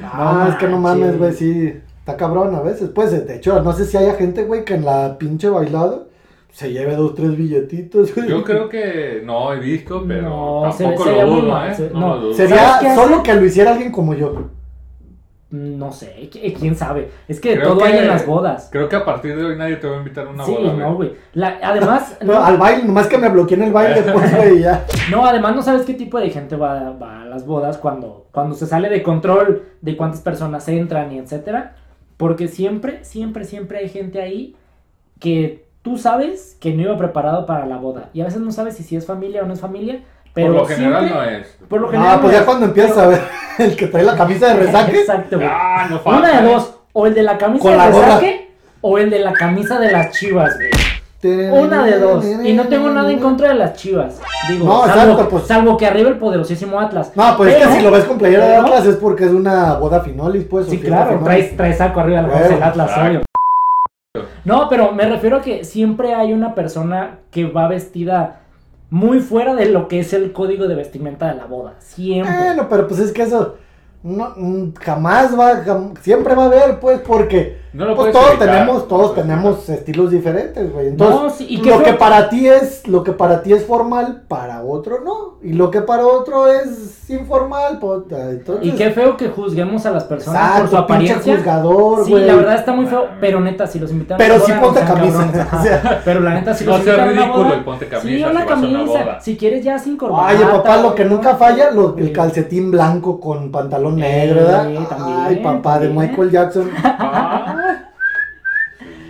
[SPEAKER 3] No,
[SPEAKER 1] No
[SPEAKER 3] es que no
[SPEAKER 1] manches.
[SPEAKER 3] mames, güey, sí, está cabrón a veces. Pues, de hecho, no sé si haya gente, güey, que en la pinche bailada se lleve dos, tres billetitos, güey.
[SPEAKER 2] Yo creo que no he visto, pero
[SPEAKER 1] No, se-
[SPEAKER 2] tampoco
[SPEAKER 1] sería
[SPEAKER 2] lo
[SPEAKER 1] muy
[SPEAKER 2] dudo,
[SPEAKER 1] mal,
[SPEAKER 2] ¿eh?
[SPEAKER 1] se-
[SPEAKER 2] no,
[SPEAKER 1] no.
[SPEAKER 2] lo dudo.
[SPEAKER 3] Sería
[SPEAKER 1] ¿Sabes qué hace?
[SPEAKER 3] solo que lo hiciera alguien como yo.
[SPEAKER 1] No sé, qui- eh, quién sabe. Es que de
[SPEAKER 2] Creo
[SPEAKER 1] todo
[SPEAKER 2] que-
[SPEAKER 1] hay en las bodas.
[SPEAKER 2] Creo que a partir de hoy nadie te va a invitar a una
[SPEAKER 1] sí,
[SPEAKER 2] boda.
[SPEAKER 1] no,
[SPEAKER 2] güey.
[SPEAKER 1] güey. La- Además,
[SPEAKER 3] No, al baile, nomás que me bloqueé en el baile, pues, güey, y ya.
[SPEAKER 1] No, además no sabes qué tipo de gente va, va a las bodas cuando, cuando se sale de control de cuántas personas entran y etcétera. Porque siempre, siempre, siempre hay gente ahí que tú sabes que no iba preparado para la boda. Y a veces no sabes si, sí es familia o no es familia. Pero
[SPEAKER 2] Por lo general
[SPEAKER 1] siempre-
[SPEAKER 2] no es.
[SPEAKER 1] Por lo general
[SPEAKER 3] Ah, pues
[SPEAKER 1] no
[SPEAKER 3] ya
[SPEAKER 1] es.
[SPEAKER 3] cuando empiezas a ver el que trae la camisa de resaque.
[SPEAKER 1] Exacto, güey.
[SPEAKER 2] Ah, no falta.
[SPEAKER 1] Una de
[SPEAKER 2] ¿eh?
[SPEAKER 1] dos. O el de la camisa
[SPEAKER 3] Con
[SPEAKER 1] de
[SPEAKER 3] la gorra.
[SPEAKER 1] resaque o el de la camisa de las chivas, güey. Una de dos. Y no tengo nada en contra de las chivas. Digo,
[SPEAKER 3] No,
[SPEAKER 1] salvo,
[SPEAKER 3] exacto, pues.
[SPEAKER 1] salvo que arriba el poderosísimo Atlas.
[SPEAKER 3] No, pues es
[SPEAKER 1] Pero-
[SPEAKER 3] que si lo ves con playera de
[SPEAKER 1] pero-
[SPEAKER 3] Atlas es porque es una boda finolis, pues. o
[SPEAKER 1] Sí,
[SPEAKER 3] fiesta
[SPEAKER 1] claro,
[SPEAKER 3] finolis.
[SPEAKER 1] traes, traes saco arriba de la
[SPEAKER 3] Bueno,
[SPEAKER 1] cabeza el Atlas,
[SPEAKER 2] exacto.
[SPEAKER 1] obvio. No, pero me refiero a que siempre hay una persona que va vestida muy fuera de lo que es el código de vestimenta de la boda. Siempre.
[SPEAKER 3] Bueno, pero pues es que eso. No, mm, jamás va, jam- siempre va a haber, pues, porque
[SPEAKER 2] No lo puedes
[SPEAKER 3] pues todos
[SPEAKER 2] evitar.
[SPEAKER 3] tenemos, todos
[SPEAKER 2] No puedes
[SPEAKER 3] tenemos estilos diferentes, güey. Entonces,
[SPEAKER 1] No, sí, y qué
[SPEAKER 3] lo que
[SPEAKER 1] feo-
[SPEAKER 3] para ti es, lo que para ti es formal, para otro no. Y lo que para otro es informal, pues, entonces.
[SPEAKER 1] Y qué feo que juzguemos a las personas por su
[SPEAKER 3] Exacto, pinche
[SPEAKER 1] apariencia.
[SPEAKER 3] juzgador,
[SPEAKER 1] Sí,
[SPEAKER 3] güey.
[SPEAKER 1] la verdad está muy feo, pero neta, si los invitan a
[SPEAKER 3] Pero
[SPEAKER 1] una
[SPEAKER 3] sí
[SPEAKER 1] boda,
[SPEAKER 3] ponte
[SPEAKER 1] no sean
[SPEAKER 3] camisa.
[SPEAKER 1] cabrones.
[SPEAKER 3] o sea,
[SPEAKER 1] Pero la neta, si
[SPEAKER 2] No
[SPEAKER 1] los
[SPEAKER 2] seas
[SPEAKER 1] invitan a una
[SPEAKER 2] ridículo
[SPEAKER 1] boda,
[SPEAKER 2] y ponte
[SPEAKER 1] Sí,
[SPEAKER 2] camisa
[SPEAKER 1] una
[SPEAKER 2] si vas a una
[SPEAKER 1] camisa.
[SPEAKER 2] boda.
[SPEAKER 1] Si quieres ya sin corbata.
[SPEAKER 3] Oye, papá, lo
[SPEAKER 1] güey,
[SPEAKER 3] que
[SPEAKER 1] no.
[SPEAKER 3] nunca falla, lo- el calcetín blanco con pantalón negro, ¿verdad?
[SPEAKER 1] Eh, también,
[SPEAKER 3] Ay, papá, de
[SPEAKER 1] también.
[SPEAKER 3] Michael Jackson.
[SPEAKER 2] Ah,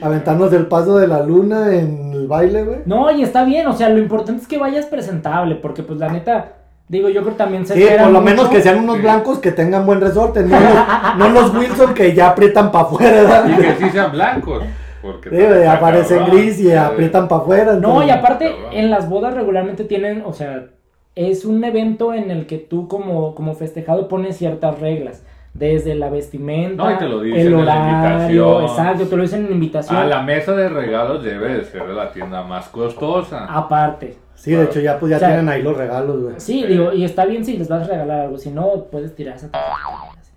[SPEAKER 3] Aventarnos del paso de la luna en el baile, güey.
[SPEAKER 1] No, y está bien, o sea, lo importante es que vayas presentable, porque pues la neta, digo, yo creo que también se
[SPEAKER 3] Sí,
[SPEAKER 1] espera
[SPEAKER 3] por lo
[SPEAKER 1] mucho.
[SPEAKER 3] menos que sean unos
[SPEAKER 2] Sí.
[SPEAKER 3] blancos que tengan buen resorte, no los, no los Wilson que ya aprietan para afuera, ¿verdad?
[SPEAKER 2] y que sí sean blancos. Porque
[SPEAKER 3] Sí, güey, aparecen
[SPEAKER 2] cabrón.
[SPEAKER 3] gris y aprietan para afuera.
[SPEAKER 1] No,
[SPEAKER 3] entonces-
[SPEAKER 1] y aparte,
[SPEAKER 2] Cabrón.
[SPEAKER 1] en las bodas regularmente tienen, o sea, es un evento en el que tú como, como festejado pones ciertas reglas. Desde la vestimenta,
[SPEAKER 2] No, y te lo dicen
[SPEAKER 1] el
[SPEAKER 2] en la
[SPEAKER 1] horario,
[SPEAKER 2] invitación.
[SPEAKER 1] exacto, te lo dicen en la invitación.
[SPEAKER 2] A la mesa de regalos debe de ser de la tienda más costosa.
[SPEAKER 3] Ah.
[SPEAKER 1] Aparte.
[SPEAKER 3] Sí, de hecho, ya, pues, ya
[SPEAKER 1] O sea,
[SPEAKER 3] tienen ahí los regalos, güey.
[SPEAKER 1] Sí,
[SPEAKER 2] Sí.
[SPEAKER 1] digo, y está bien si les vas a regalar algo, si no, puedes tirar esa.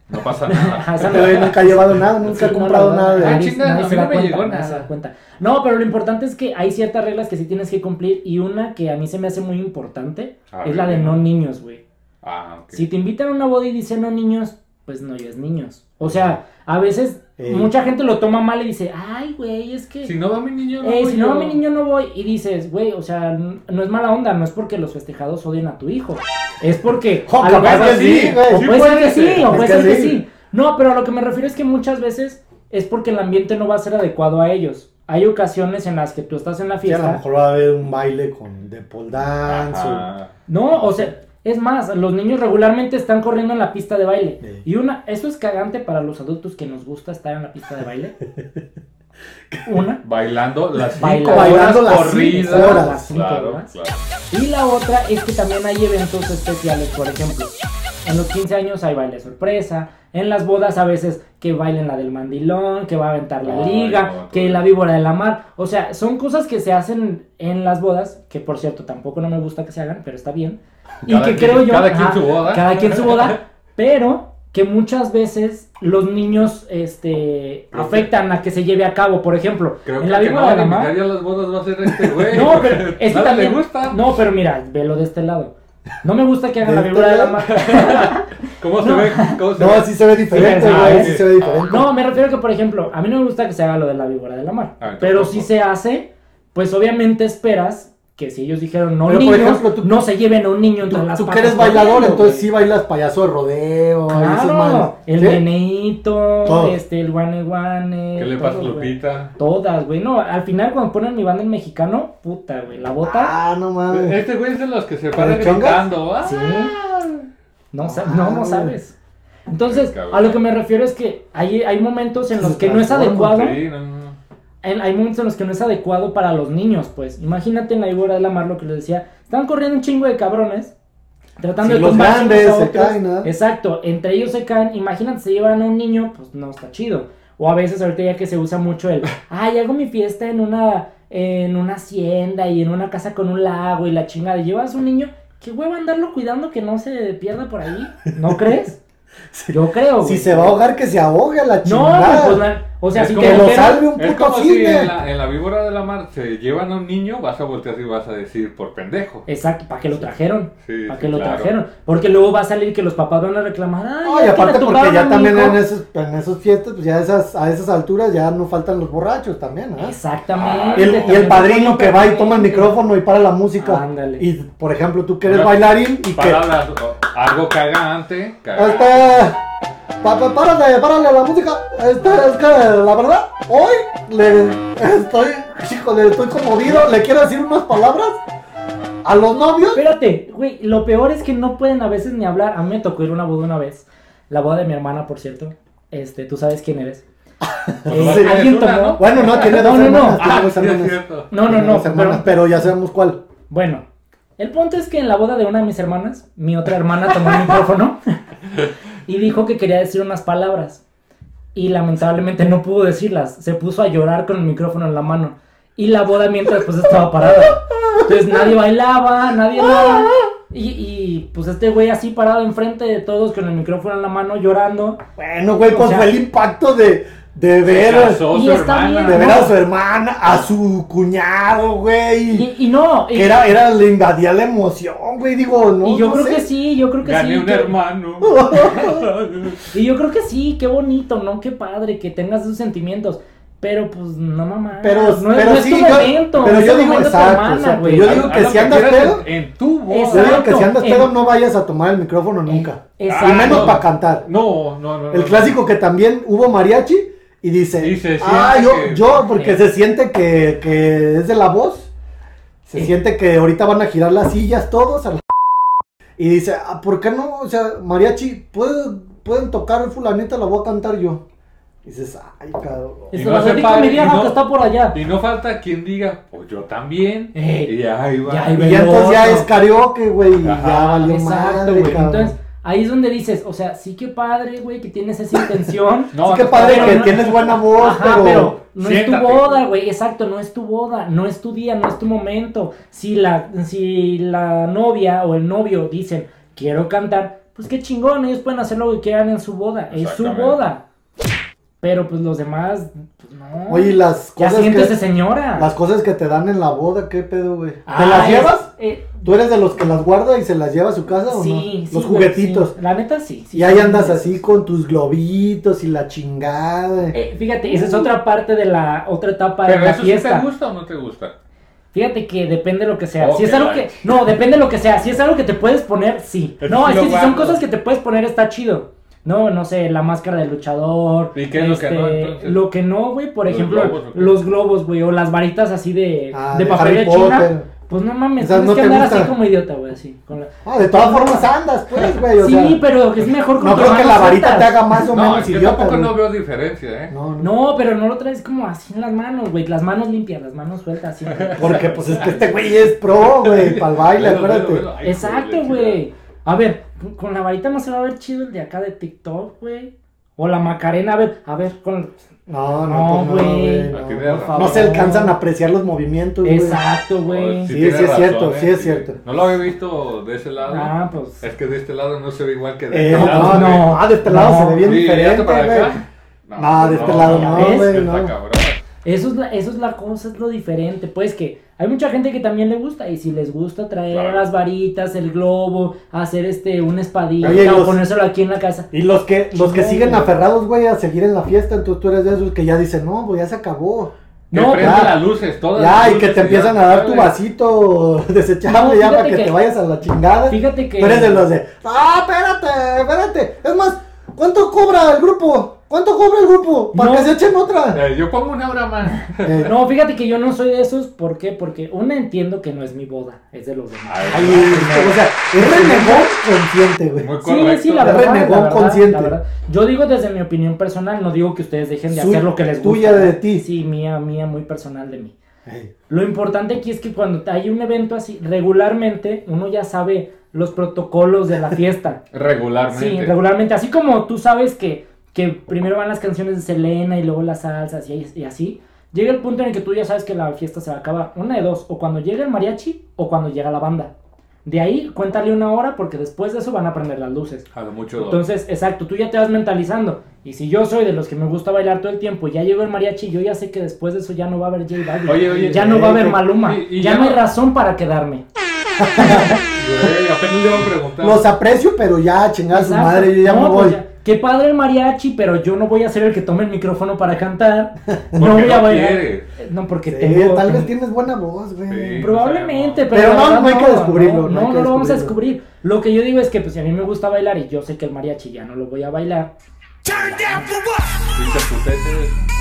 [SPEAKER 2] No pasa nada.
[SPEAKER 1] esa
[SPEAKER 3] Este güey nunca ha llevado nada,
[SPEAKER 1] Sí,
[SPEAKER 3] nunca ha
[SPEAKER 1] no,
[SPEAKER 3] comprado
[SPEAKER 1] la
[SPEAKER 3] nada
[SPEAKER 1] verdad,
[SPEAKER 3] de
[SPEAKER 2] Ah,
[SPEAKER 1] nadie-
[SPEAKER 2] chinga,
[SPEAKER 1] nadie se
[SPEAKER 2] a mí
[SPEAKER 1] da
[SPEAKER 2] no me
[SPEAKER 1] cuenta,
[SPEAKER 2] llegó
[SPEAKER 1] nadie se
[SPEAKER 2] nada.
[SPEAKER 1] da cuenta. No, pero lo importante es que hay ciertas reglas que sí tienes que cumplir y una que a mí se me hace muy importante
[SPEAKER 2] A
[SPEAKER 1] es
[SPEAKER 2] ver,
[SPEAKER 1] la de
[SPEAKER 2] ¿qué?
[SPEAKER 1] no niños, güey.
[SPEAKER 2] Ah, ok.
[SPEAKER 1] Si te invitan a una boda y dicen no niños, pues no lleves niños. O sea, a veces
[SPEAKER 3] Eh.
[SPEAKER 1] mucha gente lo toma mal y dice, ay, güey, es que...
[SPEAKER 2] Si no va mi niño, no
[SPEAKER 1] eh,
[SPEAKER 2] voy
[SPEAKER 1] si no,
[SPEAKER 2] yo.
[SPEAKER 1] va mi niño no voy. Y dices, güey, o sea, n- no es mala onda, no es porque los festejados odien a tu hijo. Es porque...
[SPEAKER 3] Oh,
[SPEAKER 1] a lo
[SPEAKER 3] capaz
[SPEAKER 1] mejor-
[SPEAKER 3] que sí, güey.
[SPEAKER 1] o
[SPEAKER 2] Sí
[SPEAKER 1] puede ser que
[SPEAKER 2] puede ser.
[SPEAKER 1] sí, o
[SPEAKER 3] Es
[SPEAKER 1] puede
[SPEAKER 3] que
[SPEAKER 1] ser que
[SPEAKER 3] sí.
[SPEAKER 1] sí. No, pero a lo que me refiero es que muchas veces es porque el ambiente no va a ser adecuado a ellos. Hay ocasiones en las que tú estás en la
[SPEAKER 3] Sí, a lo
[SPEAKER 1] fiesta.
[SPEAKER 3] mejor va a haber un baile con de pole dance. o-
[SPEAKER 2] Ajá.
[SPEAKER 1] No, o sea, es más, los niños regularmente están corriendo en la pista de baile.
[SPEAKER 3] Sí.
[SPEAKER 1] Y una, eso es cagante para los adultos que nos gusta estar en la pista de baile. Una.
[SPEAKER 2] Bailando las cinco
[SPEAKER 1] Bailando
[SPEAKER 2] horas
[SPEAKER 3] las cinco
[SPEAKER 2] corridas.
[SPEAKER 3] horas,
[SPEAKER 1] las cinco
[SPEAKER 2] claro,
[SPEAKER 1] horas.
[SPEAKER 2] claro.
[SPEAKER 1] Y la otra es que también hay eventos especiales, por ejemplo. En los 15 años hay baile sorpresa. En las bodas a veces que bailen la del mandilón, que va a aventar la
[SPEAKER 2] Ay,
[SPEAKER 1] liga,
[SPEAKER 2] no, pues.
[SPEAKER 1] que la víbora de la mar. O sea, son cosas que se hacen en las bodas, que por cierto tampoco no me gusta que se hagan, pero está bien. Y
[SPEAKER 2] Cada
[SPEAKER 1] que
[SPEAKER 2] quien-
[SPEAKER 1] creo yo...
[SPEAKER 2] cada quien su boda.
[SPEAKER 1] Cada quien su boda, pero que muchas veces los niños este,
[SPEAKER 2] Creo que-
[SPEAKER 1] afectan a que se lleve a cabo. Por ejemplo,
[SPEAKER 2] Creo
[SPEAKER 1] en
[SPEAKER 2] que
[SPEAKER 1] la
[SPEAKER 2] el que no
[SPEAKER 1] víbora
[SPEAKER 2] va
[SPEAKER 1] de
[SPEAKER 2] a
[SPEAKER 1] la mar...
[SPEAKER 2] invitar ya a las bodas va a ser este güey.
[SPEAKER 1] No, pero es que
[SPEAKER 2] Nada
[SPEAKER 1] también.
[SPEAKER 2] le gusta.
[SPEAKER 1] No, pero mira, velo de este lado. No me gusta que hagan la
[SPEAKER 3] ¿Neta?
[SPEAKER 1] figura de la marca.
[SPEAKER 2] ¿Cómo se
[SPEAKER 1] No.
[SPEAKER 2] ve? ¿Cómo se
[SPEAKER 3] No,
[SPEAKER 2] ve?
[SPEAKER 3] así se ve diferente,
[SPEAKER 1] Sí,
[SPEAKER 3] güey.
[SPEAKER 1] ¿sabes?
[SPEAKER 3] Sí se ve diferente.
[SPEAKER 1] No, me refiero que, por ejemplo, a mí no me gusta que se haga lo de la víbora de la mar.
[SPEAKER 2] Ah, entonces
[SPEAKER 1] pero
[SPEAKER 2] tampoco.
[SPEAKER 1] si se hace, pues obviamente esperas que si ellos dijeron no
[SPEAKER 3] Pero, por
[SPEAKER 1] niños,
[SPEAKER 3] ejemplo, tú-
[SPEAKER 1] no se lleven a un niño entre
[SPEAKER 3] Tú,
[SPEAKER 1] las
[SPEAKER 3] tú que
[SPEAKER 1] patas
[SPEAKER 3] eres bailador,
[SPEAKER 1] corriendo,
[SPEAKER 3] entonces
[SPEAKER 1] güey.
[SPEAKER 3] sí bailas payaso de rodeo. y esas madres.
[SPEAKER 1] Claro, el
[SPEAKER 3] ¿Sí?
[SPEAKER 1] meneíto,
[SPEAKER 3] Todo.
[SPEAKER 1] este, el guane guane.
[SPEAKER 2] ¿Qué le pasa a
[SPEAKER 1] todo, güey.
[SPEAKER 2] Lupita?
[SPEAKER 1] Todas, güey. No, al final cuando ponen mi banda en mexicano, puta, güey, la bota.
[SPEAKER 3] Ah, no mames.
[SPEAKER 2] Este güey es de los que se para
[SPEAKER 3] ¿De chongas?
[SPEAKER 2] gritando. ¿ah?
[SPEAKER 1] sí. No, sa-
[SPEAKER 3] Ah,
[SPEAKER 1] no, no
[SPEAKER 3] güey.
[SPEAKER 1] sabes. Entonces,
[SPEAKER 2] Cabrón.
[SPEAKER 1] a lo que me refiero es que hay, hay momentos en
[SPEAKER 3] Se
[SPEAKER 1] los que no es
[SPEAKER 3] transforma,
[SPEAKER 1] adecuado.
[SPEAKER 2] Sí, no, no.
[SPEAKER 1] en- hay momentos en los que no es adecuado para los niños, pues. Imagínate en la víbora de la mar lo que les decía. Están corriendo un chingo de cabrones. Tratando
[SPEAKER 3] Sí,
[SPEAKER 1] de
[SPEAKER 3] los
[SPEAKER 1] tumbarse unos
[SPEAKER 3] grandes
[SPEAKER 1] a
[SPEAKER 3] se
[SPEAKER 1] otros.
[SPEAKER 3] caen, ¿no?
[SPEAKER 1] Exacto, entre ellos se caen. Imagínate, se llevan a un niño, pues no está chido. O a veces ahorita ya que se usa mucho el, ay, hago mi fiesta en una, en una hacienda y en una casa con un lago y la chingada. Y Llevas un niño, qué hueva andarlo cuidando que no se pierda por ahí. ¿No crees?
[SPEAKER 3] Sí.
[SPEAKER 1] Yo creo.
[SPEAKER 3] Si
[SPEAKER 1] güey.
[SPEAKER 3] se va a ahogar, que se ahogue a la
[SPEAKER 1] No, güey,
[SPEAKER 3] chingada.
[SPEAKER 1] pues, na- o sea,
[SPEAKER 2] Es
[SPEAKER 1] si
[SPEAKER 2] como
[SPEAKER 1] te
[SPEAKER 3] que lo
[SPEAKER 1] enteras-
[SPEAKER 3] salve un
[SPEAKER 2] Es
[SPEAKER 3] puto
[SPEAKER 2] como si en
[SPEAKER 3] cine.
[SPEAKER 2] la, en la víbora de la mar se llevan a un niño, vas a voltear y vas a decir por pendejo.
[SPEAKER 1] Exacto, ¿para qué lo trajeron?
[SPEAKER 2] Sí,
[SPEAKER 1] ¿Para
[SPEAKER 2] sí,
[SPEAKER 1] qué lo
[SPEAKER 2] claro.
[SPEAKER 1] trajeron? Porque luego va a salir que los papás van a reclamar. Ay,
[SPEAKER 3] No,
[SPEAKER 1] Ah, es
[SPEAKER 3] y
[SPEAKER 1] que
[SPEAKER 3] aparte
[SPEAKER 1] le
[SPEAKER 3] porque
[SPEAKER 1] tumbaron a
[SPEAKER 3] ya
[SPEAKER 1] mi
[SPEAKER 3] también
[SPEAKER 1] hijo".
[SPEAKER 3] en esos, en esos fiestas, pues ya esas, a esas alturas ya no faltan los borrachos también, ¿ah?
[SPEAKER 1] Exactamente.
[SPEAKER 3] Y el, y el
[SPEAKER 1] también
[SPEAKER 3] padrino
[SPEAKER 1] ponen
[SPEAKER 3] que va y toma el
[SPEAKER 1] perfil.
[SPEAKER 3] micrófono y para la música.
[SPEAKER 1] Ándale.
[SPEAKER 3] Y por ejemplo, tú que eres
[SPEAKER 2] Una-
[SPEAKER 3] bailarín y que.
[SPEAKER 2] Palabras, o- algo cagante.
[SPEAKER 3] Este.
[SPEAKER 2] cagante.
[SPEAKER 3] pa- pa- párale, párale a la música. Este, es que la verdad, hoy le estoy. Híjole, estoy conmovido. Le quiero decir unas palabras a los novios.
[SPEAKER 1] Espérate, güey, lo peor es que no pueden a veces ni hablar. A mí me tocó ir a una boda una vez. La boda de mi hermana, por cierto. Este, tú sabes quién eres. Eh,
[SPEAKER 3] Sí.
[SPEAKER 1] alguien tomó.
[SPEAKER 2] Una, ¿no?
[SPEAKER 3] Bueno, no, tiene dos
[SPEAKER 1] No, no, no.
[SPEAKER 3] hermanas, tiene
[SPEAKER 2] Ah,
[SPEAKER 3] dos
[SPEAKER 2] sí, es
[SPEAKER 3] hermanas.
[SPEAKER 2] cierto.
[SPEAKER 1] No, no,
[SPEAKER 3] Tiene
[SPEAKER 1] no.
[SPEAKER 3] dos hermanas,
[SPEAKER 1] pero-
[SPEAKER 3] pero ya sabemos cuál.
[SPEAKER 1] bueno, el punto es que en la boda de una de mis hermanas, mi otra hermana tomó el micrófono y dijo que quería decir unas palabras. Y lamentablemente no pudo decirlas. Se puso a llorar con el micrófono en la mano. Y la boda mientras pues estaba parada. Entonces nadie bailaba, nadie nada. Y, y, pues este güey así parado enfrente de todos con el micrófono en la mano llorando.
[SPEAKER 3] Bueno, güey, pues
[SPEAKER 1] O sea,
[SPEAKER 3] fue el impacto de, de ver,
[SPEAKER 2] Casó
[SPEAKER 1] y
[SPEAKER 2] su
[SPEAKER 1] está
[SPEAKER 2] hermana.
[SPEAKER 1] bien,
[SPEAKER 3] de ver
[SPEAKER 1] ¿no?
[SPEAKER 3] a su hermana, a su cuñado, güey.
[SPEAKER 1] Y, y no. Y,
[SPEAKER 3] Que era, era, le invadía la emoción, güey. Digo, no.
[SPEAKER 1] y yo
[SPEAKER 3] no
[SPEAKER 1] creo
[SPEAKER 3] sé.
[SPEAKER 1] que sí, yo creo que
[SPEAKER 2] Gané
[SPEAKER 1] sí.
[SPEAKER 2] un
[SPEAKER 1] que-
[SPEAKER 2] hermano.
[SPEAKER 1] Y yo creo que sí, qué bonito, ¿no? Qué padre que tengas esos sentimientos. Pero pues no mamá.
[SPEAKER 3] Pero-
[SPEAKER 1] no, es- no
[SPEAKER 3] pero
[SPEAKER 1] es
[SPEAKER 3] sí,
[SPEAKER 1] tu
[SPEAKER 3] yo-
[SPEAKER 1] momento.
[SPEAKER 3] pero
[SPEAKER 1] no es
[SPEAKER 3] yo
[SPEAKER 1] el
[SPEAKER 3] digo,
[SPEAKER 1] momento de tu
[SPEAKER 3] exacto,
[SPEAKER 1] hermana,
[SPEAKER 3] exacto,
[SPEAKER 1] güey.
[SPEAKER 3] yo digo que
[SPEAKER 2] Haz lo
[SPEAKER 3] si andas
[SPEAKER 2] quieras
[SPEAKER 3] pedo-
[SPEAKER 2] En, en tu voz.
[SPEAKER 3] Yo digo que
[SPEAKER 1] Exacto,
[SPEAKER 3] si andas
[SPEAKER 1] en-
[SPEAKER 3] pedo, no vayas a tomar el micrófono nunca.
[SPEAKER 1] Exacto.
[SPEAKER 3] Y menos
[SPEAKER 2] no.
[SPEAKER 3] para cantar.
[SPEAKER 2] No, no, no.
[SPEAKER 3] El
[SPEAKER 2] no.
[SPEAKER 3] clásico que también hubo mariachi y dice,
[SPEAKER 2] Y se
[SPEAKER 3] ah, yo,
[SPEAKER 2] siente que-
[SPEAKER 3] yo,
[SPEAKER 1] Sí.
[SPEAKER 3] porque se siente que, que es de la voz, se
[SPEAKER 1] Sí.
[SPEAKER 3] siente que ahorita van a girar las sillas todos a la... y dice, ah, ¿por qué no? O sea, mariachi, ¿pueden, pueden tocar fulanita, la voy a cantar yo. Y dices, ay, cabrón.
[SPEAKER 1] Es
[SPEAKER 2] Y
[SPEAKER 1] la
[SPEAKER 2] no se
[SPEAKER 1] platico a
[SPEAKER 2] pare,
[SPEAKER 1] mi
[SPEAKER 2] y
[SPEAKER 1] vieja
[SPEAKER 2] no-
[SPEAKER 1] que está por allá.
[SPEAKER 2] Y no falta quien diga, pues yo también.
[SPEAKER 1] Eh,
[SPEAKER 2] y ahí va.
[SPEAKER 1] y ahí
[SPEAKER 3] Y ya entonces ya
[SPEAKER 1] Veloso.
[SPEAKER 3] es karaoke, güey, y ya
[SPEAKER 2] Ajá,
[SPEAKER 3] valió
[SPEAKER 1] Exacto,
[SPEAKER 3] madre,
[SPEAKER 1] güey.
[SPEAKER 3] cabrón.
[SPEAKER 1] Entonces, ahí es donde dices, o sea, sí que padre, güey, que tienes esa intención.
[SPEAKER 2] No,
[SPEAKER 3] sí, qué
[SPEAKER 2] no,
[SPEAKER 3] padre
[SPEAKER 1] pero
[SPEAKER 3] que
[SPEAKER 1] no-
[SPEAKER 3] tienes buena voz,
[SPEAKER 1] Ajá,
[SPEAKER 3] pero...
[SPEAKER 1] pero no es
[SPEAKER 2] siéntate.
[SPEAKER 1] tu boda, güey. Exacto, no es tu boda, no es tu día, no es tu momento. Si la, si la novia o el novio dicen, quiero cantar, pues qué chingón, ellos pueden hacer lo que quieran en su boda, es su
[SPEAKER 2] Exactamente.
[SPEAKER 1] boda. Pero pues los demás, pues no.
[SPEAKER 3] Oye, y las
[SPEAKER 1] ya
[SPEAKER 3] cosas,
[SPEAKER 1] siéntese,
[SPEAKER 3] que,
[SPEAKER 1] señora.
[SPEAKER 3] las cosas que te dan en la boda, ¿qué pedo, güey? ¿Te
[SPEAKER 1] Ah,
[SPEAKER 3] las
[SPEAKER 1] es-
[SPEAKER 3] llevas?
[SPEAKER 1] eh,
[SPEAKER 3] ¿Tú eres de los que las guarda y se las lleva a su casa o no?
[SPEAKER 1] sí, sí,
[SPEAKER 3] Los
[SPEAKER 1] güey,
[SPEAKER 3] juguetitos.
[SPEAKER 1] sí. La neta, sí. sí
[SPEAKER 3] y ahí
[SPEAKER 1] son
[SPEAKER 3] andas
[SPEAKER 1] juguetes.
[SPEAKER 3] así con tus globitos y la chingada.
[SPEAKER 1] Eh, fíjate, esa es otra parte de la otra etapa
[SPEAKER 2] Pero
[SPEAKER 1] de la
[SPEAKER 2] eso sí
[SPEAKER 1] fiesta.
[SPEAKER 2] te gusta o no te gusta.
[SPEAKER 1] Fíjate que depende de lo que sea.
[SPEAKER 2] Oh,
[SPEAKER 1] si es
[SPEAKER 2] qué
[SPEAKER 1] algo
[SPEAKER 2] like.
[SPEAKER 1] que. No, depende de lo que sea. Si es algo que te puedes poner, sí.
[SPEAKER 2] Eso
[SPEAKER 1] No,
[SPEAKER 2] sí
[SPEAKER 1] es
[SPEAKER 2] lo
[SPEAKER 1] que si son
[SPEAKER 2] guardo.
[SPEAKER 1] cosas que te puedes poner, está chido. No, no sé, la máscara del luchador. este,
[SPEAKER 2] ¿Y qué es lo que no, entonces?
[SPEAKER 1] Lo que no, güey, por
[SPEAKER 2] ¿Los
[SPEAKER 1] ejemplo,
[SPEAKER 2] globos o qué?
[SPEAKER 1] los globos, güey, o las varitas así de,
[SPEAKER 3] Ah,
[SPEAKER 1] de
[SPEAKER 3] de
[SPEAKER 1] papel
[SPEAKER 3] Harry
[SPEAKER 1] de China.
[SPEAKER 3] Potter.
[SPEAKER 1] Pues no mames,
[SPEAKER 3] O sea,
[SPEAKER 1] tienes
[SPEAKER 3] no
[SPEAKER 1] que
[SPEAKER 3] te
[SPEAKER 1] andar
[SPEAKER 3] gusta.
[SPEAKER 1] así como idiota, güey, así. con la-
[SPEAKER 3] Ah, de todas formas andas, pues, güey. O
[SPEAKER 1] sí,
[SPEAKER 3] sea,
[SPEAKER 1] pero es mejor con
[SPEAKER 3] no
[SPEAKER 1] tu
[SPEAKER 3] creo que
[SPEAKER 1] mano
[SPEAKER 3] la varita
[SPEAKER 1] suelta.
[SPEAKER 3] te haga más o
[SPEAKER 2] No,
[SPEAKER 3] menos
[SPEAKER 2] es que
[SPEAKER 3] idiota.
[SPEAKER 2] tampoco
[SPEAKER 3] güey.
[SPEAKER 2] no veo diferencia, ¿eh?
[SPEAKER 3] no, no.
[SPEAKER 1] No, pero no lo traes como así en las manos, güey. Las manos limpias, las manos sueltas, así. güey.
[SPEAKER 3] Porque pues es que este güey es pro, güey, para el baile,
[SPEAKER 2] Velo, velo,
[SPEAKER 3] acuérdate.
[SPEAKER 2] velo. Ay,
[SPEAKER 1] Exacto,
[SPEAKER 2] joder,
[SPEAKER 1] güey. A ver, con la varita no se va a ver chido el de acá de TikTok, güey. O la Macarena, a ver, a ver, con... No,
[SPEAKER 3] No, no, pues, no,
[SPEAKER 1] güey.
[SPEAKER 3] güey.
[SPEAKER 2] Ah,
[SPEAKER 3] no.
[SPEAKER 2] tiene razón.
[SPEAKER 1] por
[SPEAKER 3] No se
[SPEAKER 1] favor.
[SPEAKER 3] alcanzan a apreciar los movimientos, güey.
[SPEAKER 1] Exacto, güey.
[SPEAKER 3] sí.
[SPEAKER 2] tiene
[SPEAKER 3] es cierto, sí es
[SPEAKER 2] sí.
[SPEAKER 3] cierto.
[SPEAKER 2] No lo había visto de ese lado.
[SPEAKER 1] Ah, pues...
[SPEAKER 2] Es que de este lado no se ve igual que de
[SPEAKER 3] Eh,
[SPEAKER 2] este
[SPEAKER 3] no,
[SPEAKER 2] lado.
[SPEAKER 3] no,
[SPEAKER 2] güey.
[SPEAKER 3] Ah, de este lado
[SPEAKER 1] No.
[SPEAKER 3] se ve bien
[SPEAKER 2] Sí, ya te
[SPEAKER 3] diferente,
[SPEAKER 2] para
[SPEAKER 3] güey.
[SPEAKER 2] acá.
[SPEAKER 3] No, de este lado
[SPEAKER 1] no,
[SPEAKER 2] ¿ves?
[SPEAKER 3] güey,
[SPEAKER 2] Está
[SPEAKER 3] no.
[SPEAKER 2] cabrón.
[SPEAKER 1] Eso es, la, eso es la cosa, es lo diferente. Pues que hay mucha gente que también le gusta. Y si les gusta traer
[SPEAKER 4] Claro.
[SPEAKER 1] las varitas, el globo, hacer este una espadilla
[SPEAKER 3] Oye, y
[SPEAKER 1] o
[SPEAKER 3] los-
[SPEAKER 1] ponérselo aquí en la casa.
[SPEAKER 3] Y los que, los que
[SPEAKER 1] No,
[SPEAKER 3] siguen
[SPEAKER 1] güey.
[SPEAKER 3] aferrados, güey, a seguir en la fiesta, entonces tú eres de esos que ya dicen, no, pues ya se acabó.
[SPEAKER 2] Que
[SPEAKER 1] No,
[SPEAKER 2] prende
[SPEAKER 3] ya.
[SPEAKER 2] las luces, todas
[SPEAKER 3] Ya,
[SPEAKER 2] las
[SPEAKER 3] y que
[SPEAKER 2] luces
[SPEAKER 3] te empiezan
[SPEAKER 2] ya,
[SPEAKER 3] a dar tu
[SPEAKER 2] dale.
[SPEAKER 3] vasito desechable
[SPEAKER 1] No,
[SPEAKER 3] ya para
[SPEAKER 1] fíjate
[SPEAKER 3] que,
[SPEAKER 1] que-
[SPEAKER 3] te vayas a la chingada.
[SPEAKER 1] Fíjate que.
[SPEAKER 3] Tú eres de los de, ah, espérate, espérate. Es más, ¿cuánto cobra el grupo? ¿Cuánto cobra el grupo? Para
[SPEAKER 1] No.
[SPEAKER 3] que se echen otra.
[SPEAKER 2] Eh, Yo pongo una hora más.
[SPEAKER 3] Eh,
[SPEAKER 1] No, fíjate que yo no soy de esos. ¿Por qué? Porque una entiendo que no es mi boda, es de los demás.
[SPEAKER 4] Ay,
[SPEAKER 3] ay, o sea, es renegón consciente, güey.
[SPEAKER 2] Muy
[SPEAKER 1] Sí,
[SPEAKER 2] correcto.
[SPEAKER 1] sí, la
[SPEAKER 3] Es
[SPEAKER 1] verdad, la
[SPEAKER 3] renegón
[SPEAKER 1] verdad,
[SPEAKER 3] consciente.
[SPEAKER 1] la verdad. Yo digo desde mi opinión personal, no digo que ustedes dejen de
[SPEAKER 3] Suy-
[SPEAKER 1] hacer lo que les gusta.
[SPEAKER 3] tuya de ti.
[SPEAKER 1] Sí, mía, mía, muy personal de mí.
[SPEAKER 3] Ay,
[SPEAKER 1] Lo importante aquí es que cuando hay un evento así, regularmente uno ya sabe los protocolos de la fiesta.
[SPEAKER 2] Regularmente.
[SPEAKER 1] sí, regularmente. Así como tú sabes que, que primero van las canciones de Selena y luego las salsas y, y así. Llega el punto en el que tú ya sabes que la fiesta se va a acabar. Una de dos, o cuando llega el mariachi o cuando llega la banda. De ahí, cuéntale una hora porque después de eso van a prender las luces.
[SPEAKER 2] A lo mucho dos.
[SPEAKER 1] Entonces, exacto, tú ya te vas mentalizando. Y si yo soy de los que me gusta bailar todo el tiempo, y ya llegó el mariachi, yo ya sé que después de eso ya no va a haber J Balvin.
[SPEAKER 2] Oye, oye,
[SPEAKER 1] ya no va a haber
[SPEAKER 2] eh,
[SPEAKER 1] Maluma.
[SPEAKER 2] y- y
[SPEAKER 1] ya,
[SPEAKER 2] ya
[SPEAKER 1] no hay
[SPEAKER 2] no-
[SPEAKER 1] razón para quedarme.
[SPEAKER 2] Güey, apenas le voy a preguntar.
[SPEAKER 3] Los aprecio, pero ya, chingada su
[SPEAKER 1] Exacto.
[SPEAKER 3] madre, yo ya
[SPEAKER 1] No,
[SPEAKER 3] me
[SPEAKER 1] pues
[SPEAKER 3] voy.
[SPEAKER 1] ya, Qué padre el mariachi, pero yo no voy a ser el que tome el micrófono para cantar. No
[SPEAKER 2] Porque
[SPEAKER 1] voy a
[SPEAKER 2] no
[SPEAKER 1] bailar.
[SPEAKER 2] quiere.
[SPEAKER 1] No, porque
[SPEAKER 3] Sí,
[SPEAKER 1] tengo.
[SPEAKER 3] tal vez tienes buena voz, güey.
[SPEAKER 2] Sí.
[SPEAKER 1] Probablemente, pero,
[SPEAKER 3] Pero
[SPEAKER 1] la
[SPEAKER 3] no,
[SPEAKER 1] verdad
[SPEAKER 3] no hay que descubrirlo,
[SPEAKER 1] No,
[SPEAKER 3] no
[SPEAKER 1] no,
[SPEAKER 3] hay
[SPEAKER 1] no
[SPEAKER 3] que
[SPEAKER 1] lo vamos a
[SPEAKER 3] descubrirlo.
[SPEAKER 1] descubrir. Lo que yo digo es que, pues, si a mí me gusta bailar y yo sé que el mariachi ya no lo voy a bailar,
[SPEAKER 2] Pinche putete.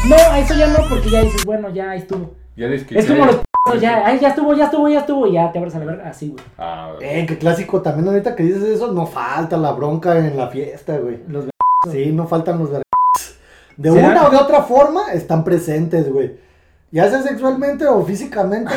[SPEAKER 1] no, eso ya no, porque ya dices, bueno, ya ahí estuvo.
[SPEAKER 2] Ya desquité.
[SPEAKER 1] Es como los p***os, ya, ay, ya estuvo, ya estuvo, ya estuvo, y ya te abres a la verga, así, güey.
[SPEAKER 2] Ah,
[SPEAKER 3] Eh, qué clásico también ahorita que dices eso, no falta la bronca en la fiesta, güey.
[SPEAKER 1] Los ver-
[SPEAKER 3] Sí, no faltan los ver... De
[SPEAKER 1] ¿Será?
[SPEAKER 3] una o de otra forma están presentes, güey. Ya sea sexualmente o físicamente,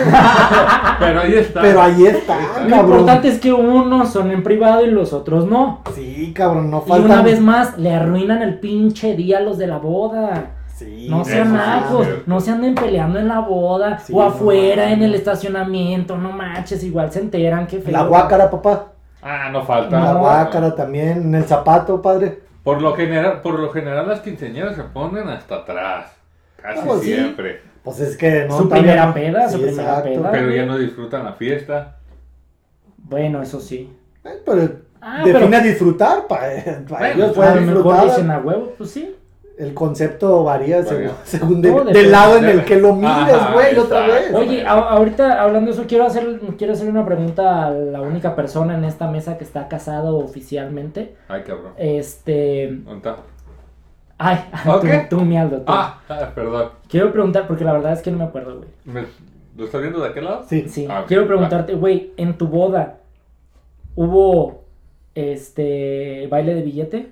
[SPEAKER 2] pero ahí está.
[SPEAKER 3] pero ahí está,
[SPEAKER 1] Lo
[SPEAKER 3] cabrón.
[SPEAKER 1] importante es que unos son en privado y los otros no.
[SPEAKER 3] Sí, cabrón, no
[SPEAKER 1] Y
[SPEAKER 3] faltan.
[SPEAKER 1] una vez más, le arruinan el pinche día a los de la boda.
[SPEAKER 3] Sí,
[SPEAKER 1] No sean
[SPEAKER 2] eso sí es
[SPEAKER 1] majos,
[SPEAKER 2] cierto.
[SPEAKER 1] no se anden peleando en la boda
[SPEAKER 3] Sí,
[SPEAKER 1] o
[SPEAKER 3] no
[SPEAKER 1] afuera
[SPEAKER 3] mames.
[SPEAKER 1] en el estacionamiento, no manches, igual se enteran, qué feo.
[SPEAKER 3] La guácara, papá.
[SPEAKER 2] Ah, no falta.
[SPEAKER 3] La
[SPEAKER 1] No. ah,
[SPEAKER 3] guácara también. En el zapato, padre.
[SPEAKER 2] Por lo general, por lo general las quinceañeras se ponen hasta atrás. Casi
[SPEAKER 3] Pues sí.
[SPEAKER 2] siempre.
[SPEAKER 3] Pues es que no.
[SPEAKER 1] Su
[SPEAKER 3] todavía
[SPEAKER 1] primera
[SPEAKER 3] no.
[SPEAKER 1] peda, su primera peda.
[SPEAKER 2] Pero ya no disfrutan la fiesta.
[SPEAKER 1] Bueno, eso sí.
[SPEAKER 3] Eh, pero
[SPEAKER 1] Ah,
[SPEAKER 3] define
[SPEAKER 1] pero-
[SPEAKER 3] a disfrutar. pa- Para, ellos
[SPEAKER 1] A
[SPEAKER 3] fue
[SPEAKER 1] lo mejor dicen
[SPEAKER 3] disfrutar.
[SPEAKER 1] a huevo, pues sí.
[SPEAKER 3] El concepto varía según,
[SPEAKER 2] Varía.
[SPEAKER 3] según de-
[SPEAKER 1] Todo
[SPEAKER 3] del
[SPEAKER 1] depende.
[SPEAKER 3] lado en el que lo
[SPEAKER 2] Ajá,
[SPEAKER 3] mires, güey, otra
[SPEAKER 2] exacto.
[SPEAKER 3] vez.
[SPEAKER 1] Oye, a- ahorita hablando de eso, quiero hacer, quiero hacer una pregunta a la única persona en esta mesa que está casado oficialmente.
[SPEAKER 2] Ay, cabrón.
[SPEAKER 1] Este.
[SPEAKER 2] ¿Dónde está?
[SPEAKER 1] Ay,
[SPEAKER 2] Ok.
[SPEAKER 1] tú, tú, mi Aldo, tú.
[SPEAKER 2] Ah, ah, perdón.
[SPEAKER 1] Quiero preguntar, porque la verdad es que no me acuerdo, güey.
[SPEAKER 2] ¿Me- ¿Lo estás viendo de aquel lado?
[SPEAKER 3] Sí.
[SPEAKER 1] Sí,
[SPEAKER 2] Ah, ok,
[SPEAKER 1] quiero
[SPEAKER 2] va.
[SPEAKER 1] preguntarte, güey, en tu boda hubo este baile de billete,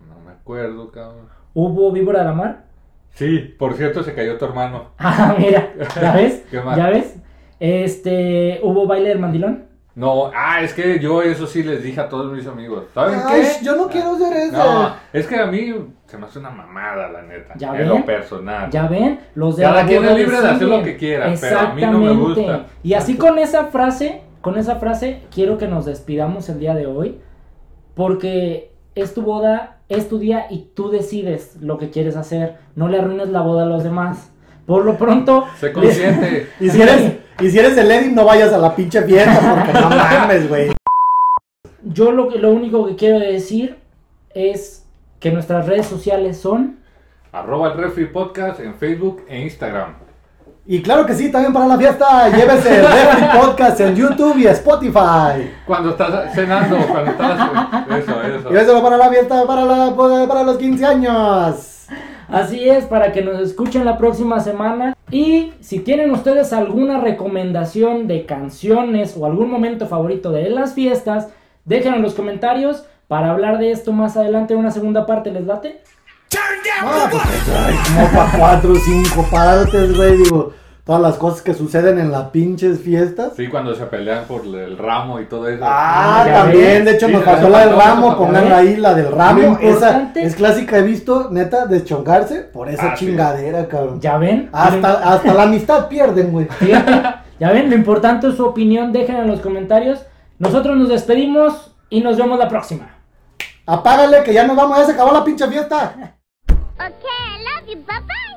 [SPEAKER 2] No me acuerdo, cabrón.
[SPEAKER 1] hubo víbora de la mar.
[SPEAKER 2] Sí, por cierto, se cayó tu hermano.
[SPEAKER 1] Ah, mira, ¿ya ves?
[SPEAKER 2] Qué mal.
[SPEAKER 1] ¿Ya ves? Este, hubo baile del mandilón.
[SPEAKER 2] No, ah, es que yo eso sí les dije a todos mis amigos. ¿Saben
[SPEAKER 3] Ay,
[SPEAKER 2] qué?
[SPEAKER 3] yo no quiero hacer eso.
[SPEAKER 2] No, es que a mí se me hace una mamada, la neta.
[SPEAKER 1] ¿Ya
[SPEAKER 2] en
[SPEAKER 1] ven?
[SPEAKER 2] lo personal.
[SPEAKER 1] Ya ven, los de
[SPEAKER 2] Cada
[SPEAKER 1] la
[SPEAKER 2] quien
[SPEAKER 1] boda
[SPEAKER 2] es libre de hacer lo
[SPEAKER 1] deciden.
[SPEAKER 2] que quiera, pero a mí no me gusta.
[SPEAKER 1] Exactamente. Y así con esa frase, con esa frase quiero que nos despidamos el día de hoy porque es tu boda, es tu día y tú decides lo que quieres hacer. No le arruines la boda a los demás. Por lo pronto,
[SPEAKER 2] Sé consciente.
[SPEAKER 3] Y si eres, y si eres el Eddie, no vayas a la pinche fiesta, porque no mames, güey.
[SPEAKER 1] yo lo, que- lo único que quiero decir es que nuestras redes sociales son
[SPEAKER 2] Arroba el Refri Podcast en Facebook e Instagram.
[SPEAKER 3] Y claro que sí, también para la fiesta, llévese el Refri Podcast en YouTube y Spotify.
[SPEAKER 2] Cuando estás cenando, cuando estás... eh, Eso, eso.
[SPEAKER 3] Lléveselo para la fiesta, para, la, para los 15 años.
[SPEAKER 1] Así es, para que nos escuchen la próxima semana. Y si tienen ustedes alguna recomendación de canciones o algún momento favorito de las fiestas, déjenlo en los comentarios para hablar de esto más adelante en una segunda parte. ¿Les late?
[SPEAKER 3] Ah, pues, ay, como para cuatro o cinco partes, güey, digo. Todas las cosas que suceden en las pinches fiestas.
[SPEAKER 2] Sí, cuando se pelean por el ramo y todo eso.
[SPEAKER 3] Ah,
[SPEAKER 1] Ya
[SPEAKER 3] también,
[SPEAKER 1] ves.
[SPEAKER 3] de hecho
[SPEAKER 2] Sí,
[SPEAKER 3] nos
[SPEAKER 2] se la
[SPEAKER 3] pasó la del
[SPEAKER 2] pasó, se
[SPEAKER 3] ramo,
[SPEAKER 2] pasó.
[SPEAKER 3] pongan
[SPEAKER 1] Ya ves.
[SPEAKER 3] ahí la del ramo.
[SPEAKER 1] Lo
[SPEAKER 3] Esa
[SPEAKER 1] importante-
[SPEAKER 3] es clásica, he visto, neta, deschongarse por esa
[SPEAKER 2] Ah, sí.
[SPEAKER 3] chingadera, cabrón.
[SPEAKER 1] ¿Ya ven?
[SPEAKER 3] Hasta, hasta la amistad pierden, güey.
[SPEAKER 1] Fíjate, ¿Ya ven? Lo importante es su opinión. Déjenla en los comentarios. Nosotros nos despedimos y nos vemos la próxima.
[SPEAKER 3] Apágale que ya nos vamos, ya se acabó la pinche fiesta.
[SPEAKER 5] Okay, I love you. Bye bye.